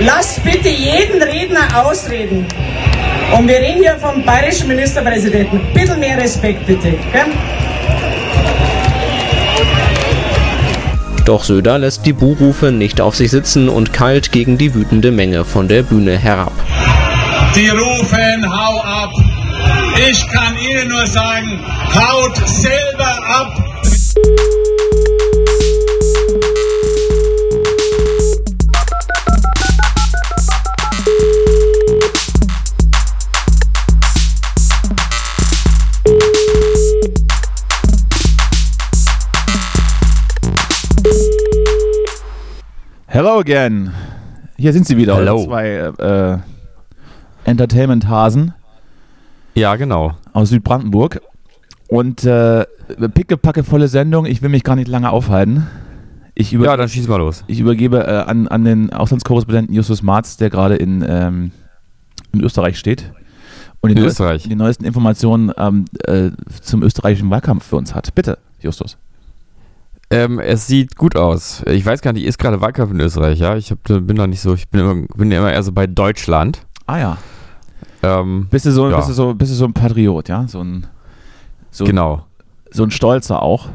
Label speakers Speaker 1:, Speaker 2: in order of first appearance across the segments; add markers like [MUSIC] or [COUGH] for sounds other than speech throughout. Speaker 1: Lasst bitte jeden Redner ausreden. Und wir reden hier vom bayerischen Ministerpräsidenten. Bitte mehr Respekt, bitte. Gell?
Speaker 2: Doch Söder lässt die Buhrufe nicht auf sich sitzen und kalt gegen die wütende Menge von der Bühne herab.
Speaker 3: Die rufen, hau ab! Ich kann Ihnen nur sagen, haut selber ab!
Speaker 4: Hello again. Hier sind sie wieder.
Speaker 5: Hello.
Speaker 4: eure Zwei äh, Entertainment-Hasen
Speaker 5: Ja, genau.
Speaker 4: aus Südbrandenburg. Und äh, pickepackevolle Sendung. Ich will mich gar nicht lange aufhalten. Ich, über
Speaker 5: Ja, dann schieß mal los.
Speaker 4: ich übergebe äh, an, an den Auslandskorrespondenten Justus Marz, der gerade in, ähm, in Österreich steht. Und die,
Speaker 5: In
Speaker 4: neuesten-
Speaker 5: Österreich?
Speaker 4: die neuesten Informationen ähm, äh, zum österreichischen Wahlkampf für uns hat. Bitte, Justus.
Speaker 5: Ähm, es sieht gut aus. Ich weiß gar nicht, ist gerade Wahlkampf in Österreich, ja? Ich hab, bin da nicht so, ich bin immer, bin ja immer eher so bei Deutschland.
Speaker 4: Ah ja.
Speaker 5: Ähm,
Speaker 4: Bist du so,
Speaker 5: Ja.
Speaker 4: bist du so, bist du so ein Patriot, ja? So ein, so,
Speaker 5: genau.
Speaker 4: so ein Stolzer auch.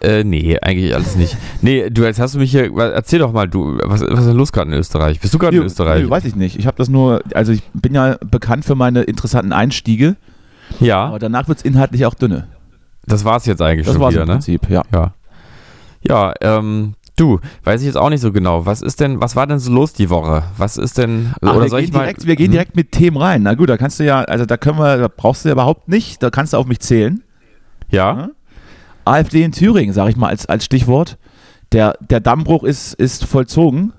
Speaker 5: Äh, nee, eigentlich alles
Speaker 4: [LAUGHS]
Speaker 5: nicht. Nee, du, jetzt hast du mich hier, wa- erzähl doch mal, du, was, was ist denn los gerade in Österreich? Bist du gerade in
Speaker 4: Nö,
Speaker 5: Österreich?
Speaker 4: nö, weiß ich nicht. Ich habe das nur, also ich bin ja bekannt für meine interessanten Einstiege,
Speaker 5: ja,
Speaker 4: aber danach wird's inhaltlich auch dünne.
Speaker 5: das war's jetzt eigentlich
Speaker 4: Das
Speaker 5: schon
Speaker 4: war's
Speaker 5: wieder,
Speaker 4: im
Speaker 5: ne?
Speaker 4: Prinzip, ja.
Speaker 5: Ja. Ja, ähm, du, weiß ich jetzt auch nicht so genau. Was ist denn, was war denn so los die Woche? Was ist denn,
Speaker 4: Ah,
Speaker 5: oder
Speaker 4: wir
Speaker 5: soll
Speaker 4: gehen
Speaker 5: ich mal. Hm?
Speaker 4: direkt, wir gehen direkt mit Themen rein. Na gut, da kannst du ja, also da können wir, da brauchst du ja überhaupt nicht, da kannst du auf mich zählen.
Speaker 5: Ja,
Speaker 4: AfD in Thüringen, sage ich mal als, als Stichwort. Der, der Dammbruch ist, ist vollzogen.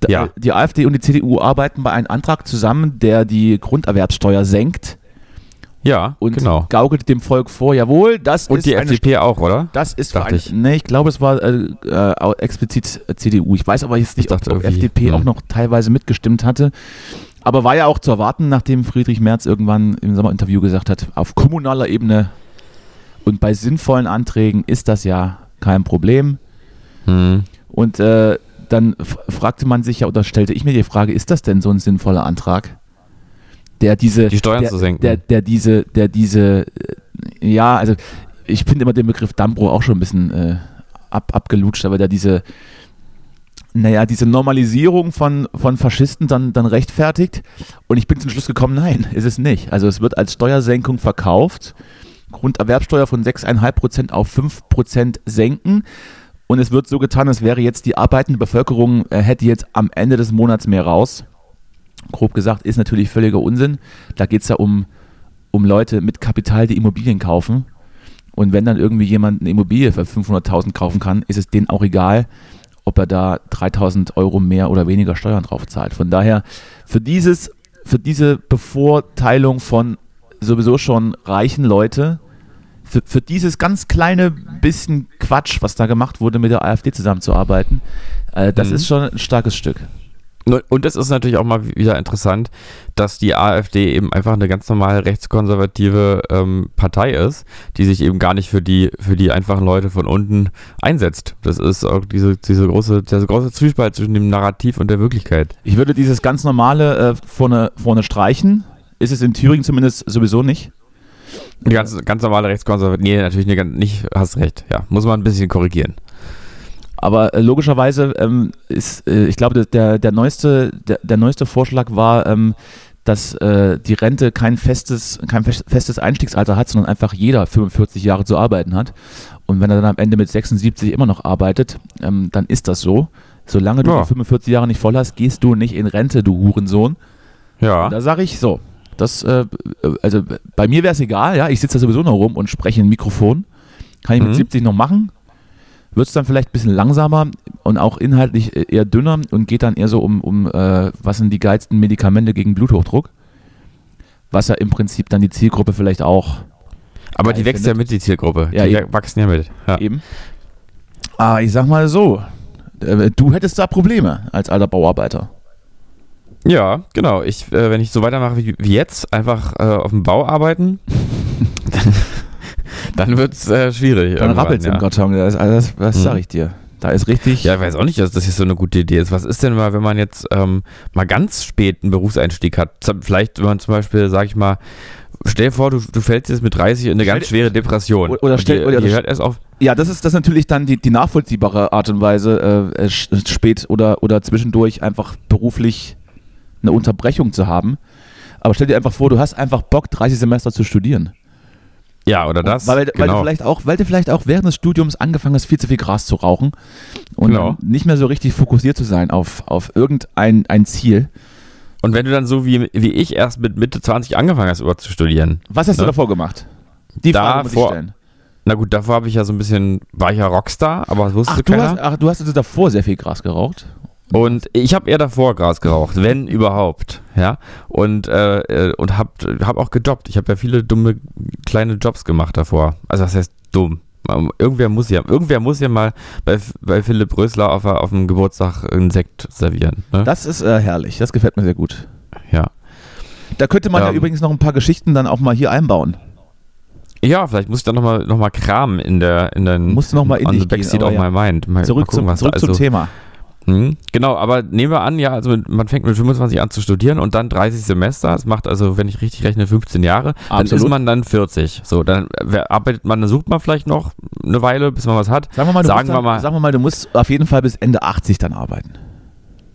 Speaker 4: Da- äh,
Speaker 5: Ja.
Speaker 4: Die AfD und die CDU arbeiten bei einem Antrag zusammen, der die Grunderwerbsteuer senkt
Speaker 5: ja,
Speaker 4: und
Speaker 5: genau.
Speaker 4: gaukelt dem Volk vor, jawohl, das
Speaker 5: Und
Speaker 4: ist
Speaker 5: die
Speaker 4: eine
Speaker 5: FDP auch, oder?
Speaker 4: Das ist
Speaker 5: Dachte
Speaker 4: für ein,
Speaker 5: ich.
Speaker 4: Nee, ich glaube, es war äh, äh, au- explizit äh, CDU. Ich weiß aber jetzt nicht,
Speaker 5: Ich dachte
Speaker 4: ob, ob
Speaker 5: irgendwie,
Speaker 4: FDP
Speaker 5: hm.
Speaker 4: auch noch teilweise mitgestimmt hatte. Aber war ja auch zu erwarten, nachdem Friedrich Merz irgendwann im Sommerinterview gesagt hat, auf kommunaler Ebene und bei sinnvollen Anträgen ist das ja kein Problem.
Speaker 5: Hm.
Speaker 4: Und äh, dann f- fragte man sich ja oder stellte ich mir die Frage, ist das denn so ein sinnvoller Antrag, der diese
Speaker 5: Die Steuern
Speaker 4: der,
Speaker 5: zu senken.
Speaker 4: der, der diese, der diese, äh, ja, also ich finde immer den Begriff Dambro auch schon ein bisschen äh, ab, abgelutscht, aber der diese, naja, diese Normalisierung von, von Faschisten dann, dann rechtfertigt. Und ich bin zum Schluss gekommen, nein, ist es nicht. Also es wird als Steuersenkung verkauft. Grunderwerbsteuer von 6,5% auf 5% senken. Und es wird so getan, als wäre jetzt die arbeitende Bevölkerung, äh, hätte jetzt am Ende des Monats mehr raus. Grob gesagt, ist natürlich völliger Unsinn. Da geht es ja um, um Leute mit Kapital, die Immobilien kaufen. Und wenn dann irgendwie jemand eine Immobilie für 500.000 kaufen kann, ist es denen auch egal, ob er da 3.000 Euro mehr oder weniger Steuern drauf zahlt. Von daher, für, dieses, für diese Bevorteilung von sowieso schon reichen Leute, für, für dieses ganz kleine bisschen Quatsch, was da gemacht wurde, mit der AfD zusammenzuarbeiten, äh, das
Speaker 5: Mhm.
Speaker 4: ist schon ein starkes Stück.
Speaker 5: Und- Und es ist natürlich auch mal wieder interessant, dass die AfD eben einfach eine ganz normale rechtskonservative ähm, Partei ist, die sich eben gar nicht für die, für die einfachen Leute von unten einsetzt. Das ist auch diese, diese große, dieser große Zwiespalt zwischen dem Narrativ und der Wirklichkeit.
Speaker 4: Ich würde dieses ganz normale äh, vorne, vorne streichen. Ist es in Thüringen zumindest sowieso nicht.
Speaker 5: Eine ganz, ganz normale rechtskonservative, nee, natürlich eine, ganz- nicht, hast recht, ja, muss man ein bisschen korrigieren.
Speaker 4: Aber äh, logischerweise ähm, ist, äh, ich glaube, der, der, neueste, der, der neueste Vorschlag war, ähm, dass äh, die Rente kein festes, kein fest- festes Einstiegsalter hat, sondern einfach jeder 45 Jahre zu arbeiten hat. Und wenn er dann am Ende mit 76 immer noch arbeitet, ähm, dann ist das so. Solange du
Speaker 5: Ja.
Speaker 4: die 45 Jahre nicht voll hast, gehst du nicht in Rente, du Hurensohn.
Speaker 5: Ja,
Speaker 4: Da sage ich so, das, äh, also bei mir wäre es egal, ja, ich sitze da sowieso noch rum und spreche in ein Mikrofon. Kann ich mit
Speaker 5: Mhm.
Speaker 4: 70 noch machen? Wird es dann vielleicht ein bisschen langsamer und auch inhaltlich äh, eher dünner und geht dann eher so um, um äh, was sind die geilsten Medikamente gegen Bluthochdruck? Was ja im Prinzip dann die Zielgruppe vielleicht auch
Speaker 5: aber die
Speaker 4: ich
Speaker 5: wächst
Speaker 4: finde-
Speaker 5: ja mit, die Zielgruppe.
Speaker 4: Ja,
Speaker 5: die
Speaker 4: eben.
Speaker 5: wachsen ja mit. Ja.
Speaker 4: eben. Ah, ich sag mal so, äh, du hättest da Probleme als alter Bauarbeiter.
Speaker 5: Ja, genau. Ich, äh, wenn ich so weitermache wie, wie jetzt, einfach äh, auf dem Bau arbeiten, [LAUGHS] dann, dann wird's äh, schwierig.
Speaker 4: Dann
Speaker 5: irgendwann,
Speaker 4: rappelt's
Speaker 5: ja.
Speaker 4: im Karton, das, also das, was
Speaker 5: Mhm.
Speaker 4: sag ich dir? Da ist richtig.
Speaker 5: Ja, ich weiß auch nicht, dass das hier so eine gute Idee ist. Was ist denn mal, wenn man jetzt ähm, mal ganz spät einen Berufseinstieg hat? Z- Vielleicht, wenn man zum Beispiel, sag ich mal, stell dir vor, du, du fällst jetzt mit 30 in eine ganz schwere Depression.
Speaker 4: Oder- oder
Speaker 5: Und
Speaker 4: stell-
Speaker 5: die,
Speaker 4: oder-
Speaker 5: die hört erst auf.
Speaker 4: Ja, das ist das ist natürlich dann die, die nachvollziehbare Art und Weise, äh, sch- spät oder, oder zwischendurch einfach beruflich eine Unterbrechung zu haben. Aber stell dir einfach vor, du hast einfach Bock, 30 Semester zu studieren.
Speaker 5: Ja, oder das.
Speaker 4: weil, weil, du
Speaker 5: genau.
Speaker 4: vielleicht auch, weil du vielleicht auch während des Studiums angefangen hast, viel zu viel Gras zu rauchen und
Speaker 5: Genau.
Speaker 4: nicht mehr so richtig fokussiert zu sein auf, auf irgendein ein Ziel.
Speaker 5: Und wenn du dann so wie, wie ich erst mit Mitte 20 angefangen hast, überhaupt zu studieren.
Speaker 4: Was hast du
Speaker 5: Ne?
Speaker 4: davor gemacht? Die Frage muss ich
Speaker 5: Davor-
Speaker 4: stellen.
Speaker 5: Na gut, davor habe ich ja so ein bisschen, war ich ja Rockstar, aber das wusste
Speaker 4: Ach du,
Speaker 5: keiner.
Speaker 4: hast, ach, du hast also davor sehr viel Gras geraucht?
Speaker 5: Und ich habe eher davor Gras geraucht, wenn überhaupt, ja. Und äh, äh, und hab hab auch gejobbt. Ich habe ja viele dumme kleine Jobs gemacht davor. Also das heißt dumm. Ähm, Irgendwer muss ja, irgendwer muss ja mal bei, bei Philipp Rösler auf, auf dem Geburtstag einen Sekt servieren. Ne?
Speaker 4: Das ist äh, herrlich, das gefällt mir sehr gut.
Speaker 5: Ja.
Speaker 4: Da könnte man ja
Speaker 5: Ähm.
Speaker 4: übrigens noch ein paar Geschichten dann auch mal hier einbauen.
Speaker 5: ja, vielleicht muss ich dann nochmal noch mal kramen in der in den
Speaker 4: Musst du noch mal in
Speaker 5: on
Speaker 4: dich
Speaker 5: the backseat
Speaker 4: gehen,
Speaker 5: of
Speaker 4: aber ja.
Speaker 5: my mind. Mal, mal
Speaker 4: Zurück,
Speaker 5: gucken,
Speaker 4: zum,
Speaker 5: was da-
Speaker 4: zurück zum
Speaker 5: also-
Speaker 4: Thema.
Speaker 5: Mhm. Genau, aber nehmen wir an, ja, also mit, man fängt mit 25 an zu studieren und dann 30 Semester. Das macht also, wenn ich richtig rechne, 15 Jahre. Dann
Speaker 4: Absolut.
Speaker 5: ist man dann 40. So, dann wer- arbeitet man, dann sucht man vielleicht noch eine Weile, bis man was hat.
Speaker 4: Sagen wir mal, du
Speaker 5: sagen
Speaker 4: musst
Speaker 5: wir
Speaker 4: dann,
Speaker 5: mal,
Speaker 4: Sagen wir mal, du musst auf jeden Fall bis Ende 80 dann arbeiten.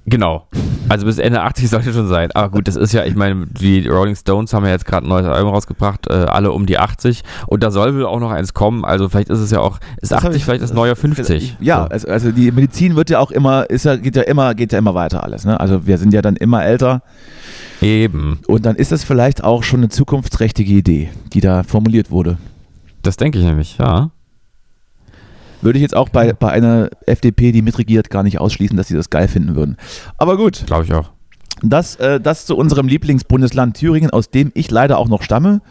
Speaker 5: genau. Also bis Ende 80 sollte schon sein. Aber gut, das ist ja, ich meine, die Rolling Stones haben ja jetzt gerade ein neues Album rausgebracht, äh, alle um die 80. Und da soll wohl auch noch eins kommen. Also vielleicht ist es ja auch, ist
Speaker 4: Das hab
Speaker 5: 80
Speaker 4: ich-
Speaker 5: vielleicht das neue 50.
Speaker 4: Ja,
Speaker 5: so.
Speaker 4: also, also die Medizin wird ja auch immer, ist ja, geht ja immer, geht ja immer weiter alles. Ne? Also wir sind ja dann immer älter
Speaker 5: eben.
Speaker 4: und dann ist das vielleicht auch schon eine zukunftsträchtige Idee, die da formuliert wurde.
Speaker 5: Das denke ich nämlich, ja.
Speaker 4: Würde ich jetzt auch bei, bei einer FDP, die mitregiert, gar nicht ausschließen, dass sie das geil finden würden. Aber gut,
Speaker 5: Glaube ich auch.
Speaker 4: das, äh, das zu unserem Lieblingsbundesland Thüringen, aus dem ich leider auch noch stamme.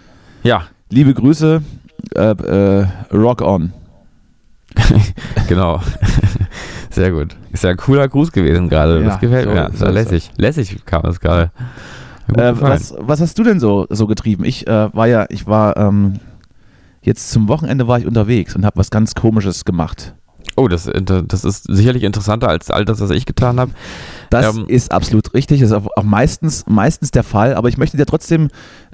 Speaker 5: Ja,
Speaker 4: Liebe Grüße, äh, äh, Rock on.
Speaker 5: Genau. [LAUGHS] Sehr gut. Ist ja ein cooler Gruß gewesen gerade.
Speaker 4: Ja,
Speaker 5: das gefällt
Speaker 4: so-
Speaker 5: mir.
Speaker 4: so
Speaker 5: So
Speaker 4: ist
Speaker 5: lässig. Lässig kam das gerade. Gut
Speaker 4: Äh,
Speaker 5: gefallen.
Speaker 4: was, was hast du denn so, so getrieben? Ich äh, war ja, ich war ähm, jetzt zum Wochenende war ich unterwegs und habe was ganz Komisches gemacht.
Speaker 5: Oh, das, das ist sicherlich interessanter als all das, was ich getan habe.
Speaker 4: Das
Speaker 5: Ähm.
Speaker 4: ist absolut richtig, das ist auch, auch meistens, meistens der Fall, aber ich möchte dir trotzdem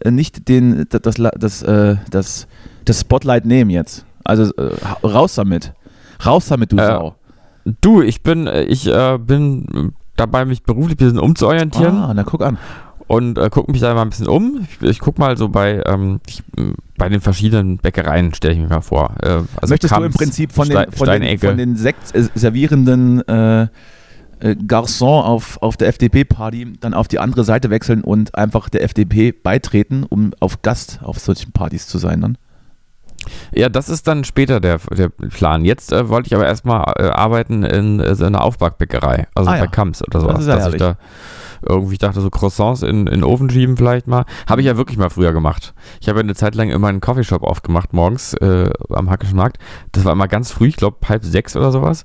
Speaker 4: äh, nicht den, das, das, das, äh, das, das Spotlight nehmen jetzt. Also äh, raus damit. Raus damit, du
Speaker 5: Äh,
Speaker 4: Sau.
Speaker 5: Du, ich bin, äh, ich äh, bin dabei, mich beruflich ein bisschen umzuorientieren.
Speaker 4: Ah, na guck an.
Speaker 5: und äh, gucke mich da mal ein bisschen um. Ich, ich gucke mal so bei, ähm, ich, m, bei den verschiedenen Bäckereien, stelle ich mich mal vor. Äh, also
Speaker 4: Möchtest du
Speaker 5: Kamps,
Speaker 4: im Prinzip von
Speaker 5: Stein-
Speaker 4: den, von den,
Speaker 5: Steinecke.
Speaker 4: von den Sekt äh, servierenden äh, äh, Garçon auf, auf der FDP-Party dann auf die andere Seite wechseln und einfach der FDP beitreten, um auf Gast auf solchen Partys zu sein dann?
Speaker 5: Ja, das ist dann später der, der Plan. Jetzt äh, wollte ich aber erstmal äh, arbeiten in äh, so einer Aufbackbäckerei, also
Speaker 4: Ah,
Speaker 5: bei
Speaker 4: ja.
Speaker 5: Kamps oder so.
Speaker 4: Das ist ja
Speaker 5: dass ich da irgendwie dachte, so Croissants in, in den Ofen schieben vielleicht mal. Habe ich ja wirklich mal früher gemacht. Ich habe ja eine Zeit lang immer einen Coffeeshop aufgemacht morgens äh, am Hackischen Markt. Das war immer ganz früh, ich glaube halb sechs oder sowas.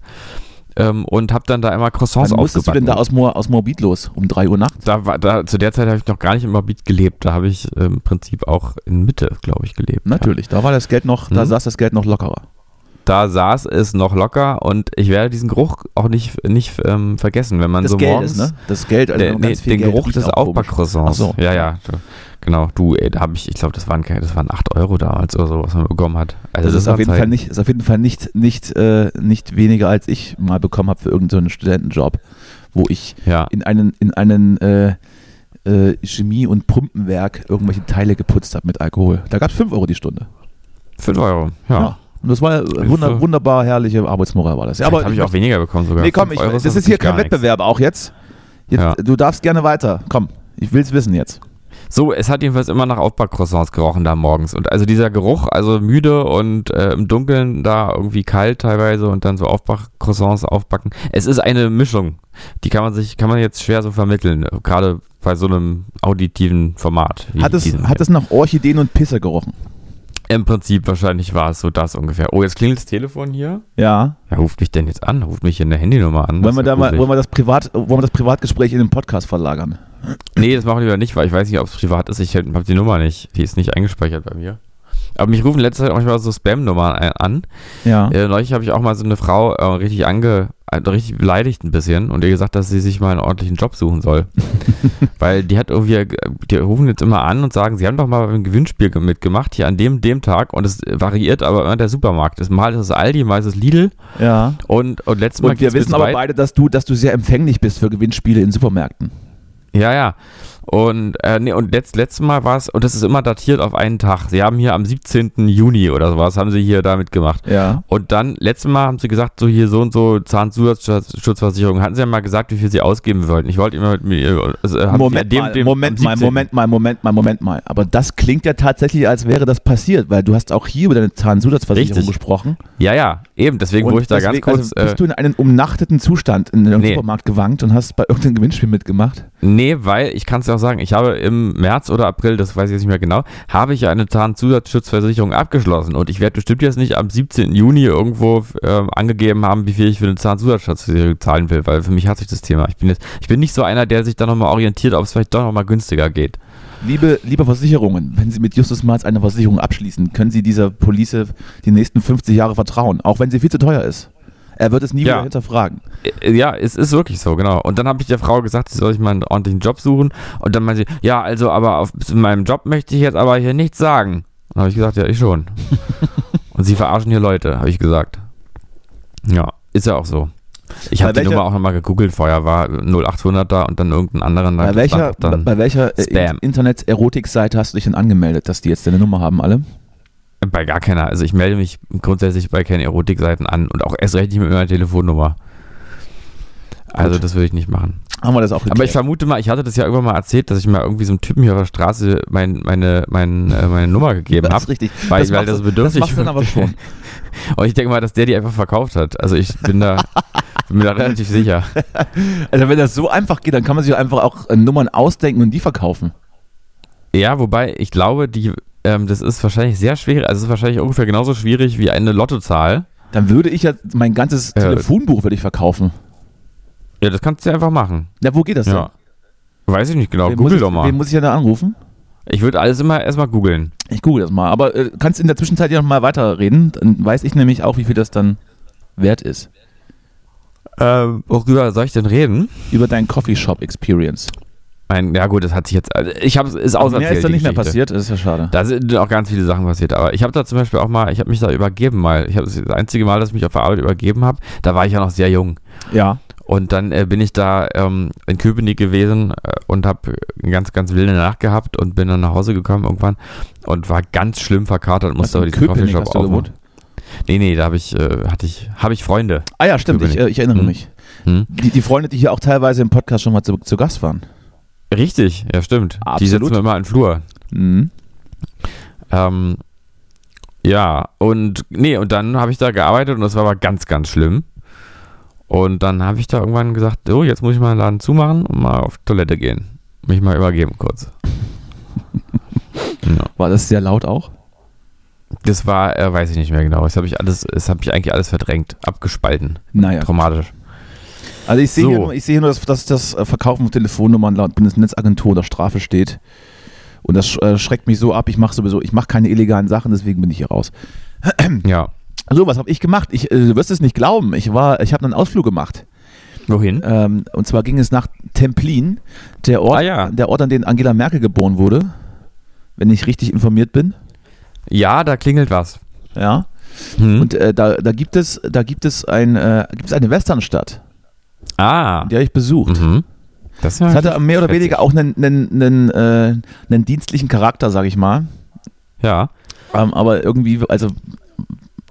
Speaker 5: Ähm, und habe dann da immer Croissants
Speaker 4: Wann musstest du
Speaker 5: aufgebacken.
Speaker 4: denn da aus, Moor, aus Morbid los? Um 3 Uhr nachts?
Speaker 5: da war, da, zu der Zeit habe ich noch gar nicht im Morbid gelebt. Da habe ich äh, im Prinzip auch in Mitte, glaube ich, gelebt. ja.
Speaker 4: Natürlich, da war das Geld noch, da
Speaker 5: Mhm.
Speaker 4: saß das Geld noch lockerer.
Speaker 5: da saß es noch locker und ich werde diesen Geruch auch nicht, nicht ähm, vergessen, wenn man
Speaker 4: Das
Speaker 5: so
Speaker 4: Geld
Speaker 5: morgens
Speaker 4: ist, ne? Das Geld, also
Speaker 5: der,
Speaker 4: noch
Speaker 5: nee,
Speaker 4: ganz viel
Speaker 5: den
Speaker 4: Geld
Speaker 5: Geruch
Speaker 4: riecht
Speaker 5: des
Speaker 4: auch komisch.
Speaker 5: Aufbackcroissants.
Speaker 4: Ach so.
Speaker 5: Ja, ja. du- Genau, du, ey, da habe ich, ich glaube, das waren keine- das waren 8 Euro damals oder so, was man bekommen hat. Also
Speaker 4: Das ist
Speaker 5: waren
Speaker 4: auf jeden
Speaker 5: Zeiten.
Speaker 4: Fall nicht, ist auf jeden Fall nicht, nicht, äh, nicht weniger, als ich mal bekommen habe für irgendeinen Studentenjob, wo ich
Speaker 5: Ja.
Speaker 4: in einen, in einen äh, äh, Chemie- und Pumpenwerk irgendwelche Teile geputzt habe mit Alkohol. Da gab es 5 Euro die Stunde.
Speaker 5: 5 Euro. Ja.
Speaker 4: Und das war äh, wunder,
Speaker 5: Hilfe.
Speaker 4: wunderbar herrliche Arbeitsmoral war das. Ja, aber
Speaker 5: habe ich auch weniger bekommen sogar.
Speaker 4: Nee, komm,
Speaker 5: Fünf
Speaker 4: ich,
Speaker 5: Euro
Speaker 4: das
Speaker 5: doch
Speaker 4: ist hier
Speaker 5: wirklich gar
Speaker 4: kein
Speaker 5: nichts.
Speaker 4: Wettbewerb auch jetzt. jetzt
Speaker 5: Ja.
Speaker 4: Du darfst gerne weiter. Komm, ich will's wissen jetzt.
Speaker 5: So, es hat jedenfalls immer nach Aufbackcroissants gerochen da morgens. Und also dieser Geruch, also müde und äh, im Dunkeln da irgendwie kalt teilweise und dann so Aufbackcroissants aufbacken. Es ist eine Mischung. Die kann man sich, kann man jetzt schwer so vermitteln. Gerade bei so einem auditiven Format. wie
Speaker 4: Hat es,
Speaker 5: diesem
Speaker 4: hat es nach Orchideen und Pisse gerochen?
Speaker 5: hier. Im Prinzip wahrscheinlich war es so das ungefähr. Oh, jetzt klingelt das Telefon hier.
Speaker 4: Ja.
Speaker 5: Wer ruft mich denn jetzt an? Ruft mich hier eine Handynummer an.
Speaker 4: Wollen wir, da
Speaker 5: Das ist ja
Speaker 4: mal,
Speaker 5: gruselig.
Speaker 4: wollen, wir das Privat, wollen wir das Privatgespräch in den Podcast verlagern?
Speaker 5: Nee, das machen wir lieber nicht, weil ich weiß nicht, ob es privat ist. Ich habe die Nummer nicht. Die ist nicht eingespeichert bei mir. Aber mich rufen letzte Zeit auch manchmal so Spam-Nummern ein- an.
Speaker 4: Ja.
Speaker 5: Äh, neulich habe ich auch mal so eine Frau äh, richtig ange, äh, richtig beleidigt ein bisschen und ihr gesagt, dass sie sich mal einen ordentlichen Job suchen soll.
Speaker 4: [LAUGHS]
Speaker 5: Weil die hat irgendwie, äh, die rufen jetzt immer an und sagen, sie haben doch mal beim Gewinnspiel ge- mitgemacht, hier an dem, dem Tag und es variiert aber immer der Supermarkt. ist. Mal ist es Aldi, mal ist es Lidl
Speaker 4: ja.
Speaker 5: und, und letztes Mal
Speaker 4: Und wir
Speaker 5: ging's bis
Speaker 4: wissen aber
Speaker 5: weit-
Speaker 4: beide, dass du, dass du sehr empfänglich bist für Gewinnspiele in Supermärkten.
Speaker 5: Ja, ja. Und, äh, nee, und letzt, letztes Mal war es, und das ist immer datiert auf einen Tag. Sie haben hier am 17. Juni oder sowas, haben sie hier damit gemacht.
Speaker 4: Ja.
Speaker 5: Und dann, letztes Mal haben sie gesagt, so hier so und so Zahnzusatzschutzversicherung. Hatten sie ja mal gesagt, wie viel sie ausgeben wollten. Ich wollte immer mit mir. Also, haben sie an
Speaker 4: Moment,
Speaker 5: dem-
Speaker 4: mal,
Speaker 5: dem-
Speaker 4: Moment
Speaker 5: am
Speaker 4: mal,
Speaker 5: 17..
Speaker 4: Moment mal, Moment mal, Moment mal. Aber das klingt ja tatsächlich, als wäre das passiert, weil du hast auch hier über deine Zahnzusatzversicherung
Speaker 5: Richtig.
Speaker 4: gesprochen.
Speaker 5: Ja, ja, eben. Deswegen, wo ich da ganz
Speaker 4: deswegen-
Speaker 5: kurz.
Speaker 4: also
Speaker 5: äh,
Speaker 4: bist du in einen umnachteten Zustand in einem
Speaker 5: Nee.
Speaker 4: Supermarkt gewankt und hast bei irgendeinem Gewinnspiel mitgemacht?
Speaker 5: Nee, weil ich kann es ja auch sagen, ich habe im März oder April, das weiß ich jetzt nicht mehr genau, habe ich ja eine Zahnzusatzschutzversicherung abgeschlossen und ich werde bestimmt jetzt nicht am 17. Juni irgendwo ähm, angegeben haben, wie viel ich für eine Zahnzusatzschutzversicherung zahlen will, weil für mich hat sich das Thema. Ich bin jetzt, ich bin nicht so einer, der sich da nochmal orientiert, ob es vielleicht doch nochmal günstiger geht.
Speaker 4: Liebe, liebe Versicherungen, wenn Sie mit Justus Marz eine Versicherung abschließen, können Sie dieser Police die nächsten 50 Jahre vertrauen, auch wenn sie viel zu teuer ist. Er wird es nie
Speaker 5: Ja.
Speaker 4: wieder hinterfragen.
Speaker 5: Äh, Ja, es ist wirklich so, genau. Und dann habe ich der Frau gesagt, sie soll sich mal einen ordentlichen Job suchen. Und dann meinte sie, ja, also, aber auf, zu meinem Job möchte ich jetzt aber hier nichts sagen. Dann habe ich gesagt, ja, ich schon.
Speaker 4: [LAUGHS]
Speaker 5: und sie verarschen hier Leute, habe ich gesagt. Ja, ist ja auch so. Ich habe
Speaker 4: Bei
Speaker 5: die
Speaker 4: welcher-
Speaker 5: Nummer auch nochmal gegoogelt vorher, war 0800 da und dann irgendeinen anderen.
Speaker 4: Bei
Speaker 5: dann-
Speaker 4: welcher,
Speaker 5: Dann,
Speaker 4: bei welcher äh,
Speaker 5: Spam.
Speaker 4: Internet-Erotik-Seite hast du dich denn angemeldet, dass die jetzt deine Nummer haben, alle?
Speaker 5: bei gar keiner. Also ich melde mich grundsätzlich bei keinen Erotikseiten an und auch erst recht nicht mit meiner Telefonnummer. Also
Speaker 4: Gut.
Speaker 5: das würde ich nicht machen.
Speaker 4: Haben wir das auch
Speaker 5: Aber ich
Speaker 4: geklärt?
Speaker 5: vermute mal, ich hatte das ja irgendwann mal erzählt, dass ich mal irgendwie so einem Typen hier auf der Straße mein, meine, mein, äh, meine Nummer gegeben
Speaker 4: [LAUGHS] das ist
Speaker 5: habe.
Speaker 4: richtig.
Speaker 5: Weil, weil das
Speaker 4: machst du-
Speaker 5: bedürftig
Speaker 4: Das machst du dann aber schon.
Speaker 5: [LAUGHS] Und ich denke mal, dass der die einfach verkauft hat. Also ich bin
Speaker 4: [LAUGHS]
Speaker 5: da, bin mir da relativ sicher.
Speaker 4: [LAUGHS] Also wenn das so einfach geht, dann kann man sich einfach auch äh, Nummern ausdenken und die verkaufen.
Speaker 5: Ja, wobei ich glaube, die, ähm, das ist wahrscheinlich sehr schwierig. Also es ist wahrscheinlich ungefähr genauso schwierig wie eine Lottozahl.
Speaker 4: Dann würde ich ja mein ganzes
Speaker 5: Ja.
Speaker 4: Telefonbuch würde ich verkaufen.
Speaker 5: Ja, das kannst du ja einfach machen.
Speaker 4: Na, wo geht das
Speaker 5: Ja. Weiß ich nicht genau.
Speaker 4: denn? Wen muss
Speaker 5: Google
Speaker 4: ich-
Speaker 5: doch mal.
Speaker 4: Wen muss ich denn da anrufen?
Speaker 5: Ich würde alles immer erstmal googeln.
Speaker 4: Ich google das mal. Aber äh, kannst in der Zwischenzeit ja noch mal weiterreden. Dann weiß ich nämlich auch, wie viel das dann wert ist.
Speaker 5: Ähm, worüber soll ich denn reden?
Speaker 4: Über dein Coffeeshop-Experience.
Speaker 5: Mein, ja gut, das hat sich jetzt. also Ich habe ist auserzählt.
Speaker 4: Mehr ist da
Speaker 5: die
Speaker 4: nicht mehr
Speaker 5: Geschichte.
Speaker 4: passiert. Das ist ja schade.
Speaker 5: Da sind auch ganz viele Sachen passiert. Aber ich habe da zum Beispiel auch mal, ich habe mich da übergeben mal. Ich habe das einzige Mal, dass ich mich auf der Arbeit übergeben habe. Da war ich ja noch sehr jung.
Speaker 4: Ja.
Speaker 5: Und dann äh, bin ich da ähm, in Köpenick gewesen äh, und habe eine ganz, ganz wilde Nacht gehabt und bin dann nach Hause gekommen irgendwann und war ganz schlimm verkatert und musste aber
Speaker 4: in
Speaker 5: diesen
Speaker 4: Köpenick
Speaker 5: Coffeeshop
Speaker 4: hast du gewohnt?
Speaker 5: aufmachen. Nee, nee, da habe ich, äh, hatte ich, habe ich Freunde.
Speaker 4: Ah ja, stimmt. Ich, äh, ich erinnere
Speaker 5: Hm.
Speaker 4: mich.
Speaker 5: Hm?
Speaker 4: Die, die Freunde, die hier auch teilweise im Podcast schon mal zu, zu Gast waren.
Speaker 5: Richtig, ja stimmt. Die
Speaker 4: Absolut.
Speaker 5: sitzen immer im Flur.
Speaker 4: Mhm.
Speaker 5: Ähm, ja, und nee, und dann habe ich da gearbeitet und das war aber ganz, ganz schlimm. Und dann habe ich da irgendwann gesagt, so, jetzt muss ich mal den Laden zumachen und mal auf Toilette gehen. Mich mal übergeben kurz. ja.
Speaker 4: War das sehr laut auch?
Speaker 5: Das war, äh, weiß ich nicht mehr genau. Das habe ich alles, das habe ich eigentlich alles verdrängt, abgespalten.
Speaker 4: Naja.
Speaker 5: Traumatisch.
Speaker 4: Also ich sehe
Speaker 5: So.
Speaker 4: hier, nur- ich sehe nur, dass, dass das äh, Verkaufen von Telefonnummern laut Bundesnetzagentur unter Strafe steht. Und das sch- äh, schreckt mich so ab. Ich mache sowieso, ich mache keine illegalen Sachen, deswegen bin ich hier raus. Hm.
Speaker 5: Ja.
Speaker 4: So, was habe ich gemacht? Ich, äh, du wirst es nicht glauben. Ich war, ich habe einen Ausflug gemacht.
Speaker 5: Wohin?
Speaker 4: Ähm, und zwar ging es nach Templin, der Ort,
Speaker 5: Ah, ja.
Speaker 4: der Ort, an dem Angela Merkel geboren wurde, wenn ich richtig informiert bin.
Speaker 5: Ja, da klingelt was.
Speaker 4: Ja.
Speaker 5: Hm?
Speaker 4: Und äh, da, da gibt es, da gibt es ein, äh, gibt es eine Westernstadt,
Speaker 5: ah.
Speaker 4: die habe ich besucht.
Speaker 5: Mhm. Das, ist ja
Speaker 4: Es hatte
Speaker 5: richtig
Speaker 4: mehr oder
Speaker 5: fetzig.
Speaker 4: weniger auch einen, einen, einen, äh, einen dienstlichen Charakter, sage ich mal.
Speaker 5: Ja.
Speaker 4: Ähm, aber irgendwie, also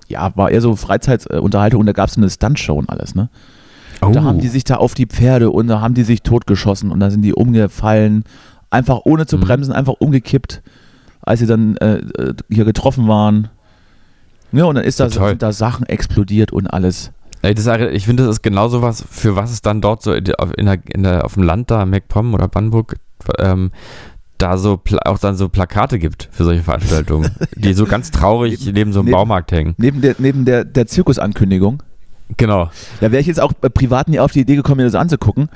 Speaker 4: ja, war eher so Freizeitunterhaltung und da gab es eine Stuntshow und alles, ne?
Speaker 5: Oh.
Speaker 4: Da haben die sich da auf die Pferde und da haben die sich totgeschossen und da sind die umgefallen, einfach ohne zu
Speaker 5: Mhm.
Speaker 4: bremsen, einfach umgekippt, als sie dann äh, äh, hier getroffen waren. Ja, und dann ist da,
Speaker 5: Total.
Speaker 4: sind da Sachen explodiert und alles.
Speaker 5: Ey, das, ist- ich finde, das ist genau sowas, für was es dann dort so in, auf- in der, in der, auf dem Land da, MacPom oder Bamburg, ähm, da so Pla- auch dann so Plakate gibt für
Speaker 4: [LAUGHS]
Speaker 5: solche Veranstaltungen, die so ganz traurig neben so einem
Speaker 4: neben-
Speaker 5: Baumarkt hängen.
Speaker 4: Neben der, neben der, der Zirkusankündigung,
Speaker 5: Genau.
Speaker 4: da wäre ich jetzt auch äh, privat nie auf die Idee gekommen, mir das anzugucken.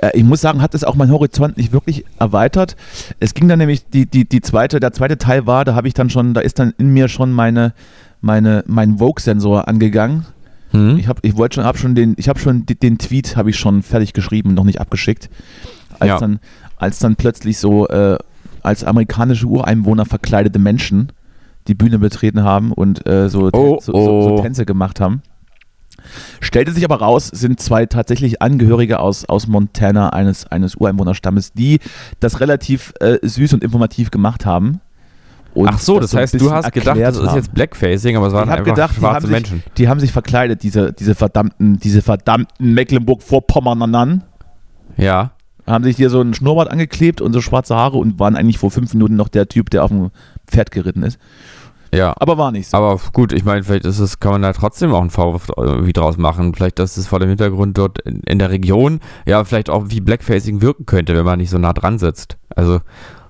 Speaker 4: äh, ich muss sagen, hat es auch meinen Horizont nicht wirklich erweitert. Es ging dann nämlich, die, die, die zweite, der zweite Teil war, da habe ich dann schon, da ist dann in mir schon meine, meine, mein Vogue-Sensor angegangen.
Speaker 5: Hm?
Speaker 4: Ich habe, ich wollte schon, habe schon den, ich habe schon die- den Tweet habe ich schon fertig geschrieben, noch nicht abgeschickt. Als
Speaker 5: Ja.
Speaker 4: dann, als dann plötzlich so äh, als amerikanische Ureinwohner verkleidete Menschen die Bühne betreten haben und äh, so,
Speaker 5: Oh,
Speaker 4: so, so,
Speaker 5: oh.
Speaker 4: so Tänze gemacht haben. Stellte sich aber raus, sind zwei tatsächlich Angehörige aus, aus Montana eines, eines Ureinwohnerstammes, die das relativ äh, süß und informativ gemacht haben. Und
Speaker 5: Ach so, das,
Speaker 4: ein
Speaker 5: heißt, du
Speaker 4: bisschen
Speaker 5: hast gedacht,
Speaker 4: erklärt
Speaker 5: das ist
Speaker 4: haben
Speaker 5: jetzt Blackfacing, aber es waren
Speaker 4: ich habe
Speaker 5: einfach
Speaker 4: gedacht, die haben,
Speaker 5: schwarze
Speaker 4: sich,
Speaker 5: Menschen.
Speaker 4: die haben sich verkleidet, diese, diese verdammten, diese verdammten Mecklenburg-Vorpommernern.
Speaker 5: Ja.
Speaker 4: Haben sich hier so einen Schnurrbart angeklebt und so schwarze Haare und waren eigentlich vor fünf Minuten noch der Typ, der auf dem Pferd geritten ist.
Speaker 5: Ja.
Speaker 4: Aber war nicht so.
Speaker 5: Aber gut, ich meine, vielleicht ist es, kann man da trotzdem auch einen Vorwurf irgendwie draus machen. Vielleicht, dass es vor dem Hintergrund dort in, in der Region ja vielleicht auch wie Blackfacing wirken könnte, wenn man nicht so nah dran sitzt. Also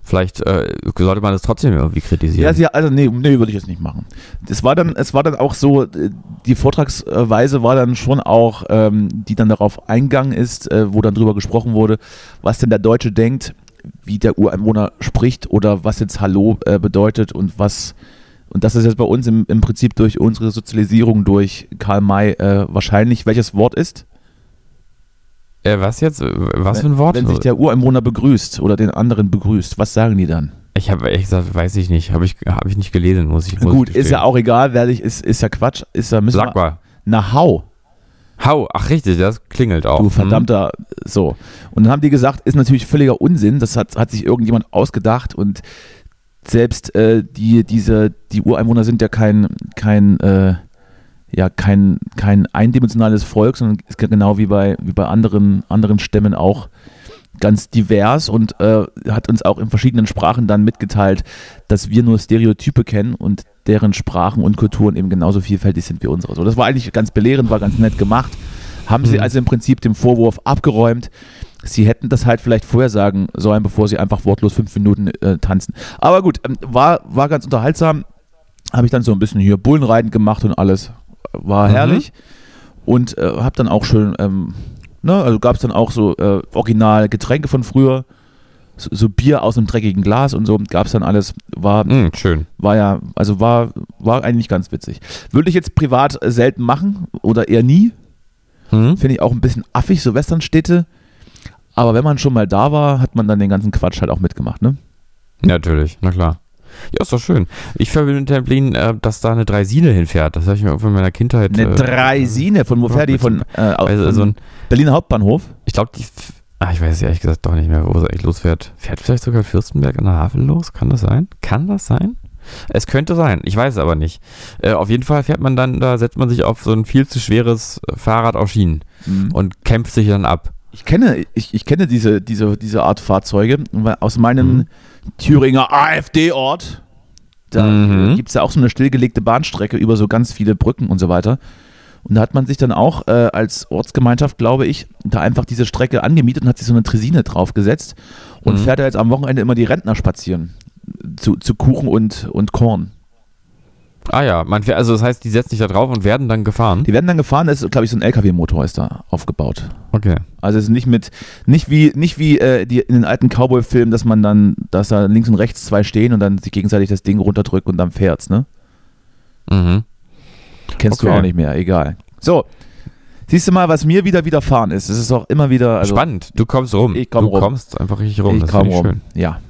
Speaker 5: vielleicht äh, sollte man das trotzdem irgendwie
Speaker 4: Ja,
Speaker 5: kritisieren.
Speaker 4: sie, also nee, nee würde ich jetzt nicht machen. Das war dann, es war dann auch so, äh, die Vortragsweise war dann schon auch, ähm, die dann darauf eingegangen ist, äh, wo dann drüber gesprochen wurde, was denn der Deutsche denkt, wie der Ureinwohner spricht oder was jetzt Hallo äh, bedeutet und was und das ist jetzt bei uns im, im Prinzip durch unsere Sozialisierung durch Karl May äh, wahrscheinlich, welches Wort ist?
Speaker 5: äh, was jetzt? Äh, Was für ein Wort?
Speaker 4: Wenn sich der Ureinwohner begrüßt oder den anderen begrüßt, was sagen die dann?
Speaker 5: ich habe ehrlich gesagt, weiß ich nicht. Habe ich, hab ich nicht gelesen, muss ich muss
Speaker 4: Gut,
Speaker 5: ich
Speaker 4: ist
Speaker 5: gestehen.
Speaker 4: ja auch egal, werde ich, ist, ist ja Quatsch, ist ja, müssen
Speaker 5: Sag
Speaker 4: wir,
Speaker 5: mal.
Speaker 4: na hau.
Speaker 5: Hau. Ach, richtig, das klingelt auch.
Speaker 4: Du verdammter, so. Und dann haben die gesagt, ist natürlich völliger Unsinn, das hat, hat sich irgendjemand ausgedacht und selbst äh, die, diese, die Ureinwohner sind ja kein, kein, äh, ja, kein, kein eindimensionales Volk, sondern ist genau wie bei, wie bei anderen, anderen Stämmen auch ganz divers und äh, hat uns auch in verschiedenen Sprachen dann mitgeteilt, dass wir nur Stereotype kennen und deren Sprachen und Kulturen eben genauso vielfältig sind wie unsere. So, das war eigentlich ganz belehrend, war ganz nett gemacht. Haben sie also im Prinzip den Vorwurf abgeräumt. Sie hätten das halt vielleicht vorher sagen sollen, bevor sie einfach wortlos fünf Minuten äh, tanzen. Aber gut, ähm, war, war ganz unterhaltsam. Habe ich dann so ein bisschen hier Bullenreiten gemacht und alles. War
Speaker 5: Mhm.
Speaker 4: herrlich. Und äh, habe dann auch schön, ähm, ne, also gab es dann auch so äh, original Getränke von früher. So, so Bier aus einem dreckigen Glas und so gab es dann alles. War,
Speaker 5: Hm? Hm, schön.
Speaker 4: war ja, also war, war eigentlich ganz witzig. Würde ich jetzt privat äh, selten machen oder eher nie.
Speaker 5: Hm?
Speaker 4: Finde ich auch ein bisschen affig, so Westernstädte. Aber wenn man schon mal da war, hat man dann den ganzen Quatsch halt auch mitgemacht, ne?
Speaker 5: Natürlich, na klar. Ja, ist doch schön. Ich verbinde mit Templin, äh, dass da eine Dreisine hinfährt. Das habe ich mir irgendwann in meiner Kindheit.
Speaker 4: Eine
Speaker 5: äh,
Speaker 4: Dreisine von wo fährt die? Von, äh,
Speaker 5: Also, also
Speaker 4: von
Speaker 5: ein,
Speaker 4: Berliner Hauptbahnhof.
Speaker 5: ich glaube, die. f- Ah, ich weiß ehrlich gesagt doch nicht mehr, wo sie eigentlich losfährt. Fährt vielleicht sogar Fürstenberg an der Havel los? Kann das sein? Kann das sein? Es könnte sein, ich weiß aber nicht. Äh, auf jeden Fall fährt man dann, da setzt man sich auf so ein viel zu schweres äh, Fahrrad auf Schienen
Speaker 4: Und
Speaker 5: und kämpft sich dann ab.
Speaker 4: ich kenne, ich, ich kenne diese, diese, diese Art Fahrzeuge weil aus meinem
Speaker 5: Mhm.
Speaker 4: Thüringer AfD-Ort. Da
Speaker 5: Mhm.
Speaker 4: gibt's gibt es ja auch so eine stillgelegte Bahnstrecke über so ganz viele Brücken und so weiter. Und da hat man sich dann auch äh, als Ortsgemeinschaft, glaube ich, da einfach diese Strecke angemietet und hat sich so eine Tresine draufgesetzt und
Speaker 5: Mhm.
Speaker 4: fährt da jetzt am Wochenende immer die Rentner spazieren. Zu, zu Kuchen und, und Korn.
Speaker 5: Ah ja, man fährt, also das heißt, die setzen sich da drauf und werden dann gefahren.
Speaker 4: Die werden dann gefahren, das ist, glaube ich, so ein LKW-Motor ist da aufgebaut.
Speaker 5: Okay.
Speaker 4: Also es ist nicht mit, nicht wie, nicht wie äh, die in den alten Cowboy-Filmen, dass man dann, dass da links und rechts zwei stehen und dann sich gegenseitig das Ding runterdrückt und dann fährt's, ne?
Speaker 5: Mhm.
Speaker 4: Kennst du
Speaker 5: Okay.
Speaker 4: auch nicht mehr, egal. So. Siehst du mal, was mir wieder widerfahren ist. Es ist auch immer wieder. Also,
Speaker 5: Spannend, du kommst rum.
Speaker 4: ich komm
Speaker 5: du
Speaker 4: rum.
Speaker 5: kommst einfach richtig rum.
Speaker 4: Ich
Speaker 5: das
Speaker 4: kaum
Speaker 5: finde ich
Speaker 4: rum.
Speaker 5: schön.
Speaker 4: Ja.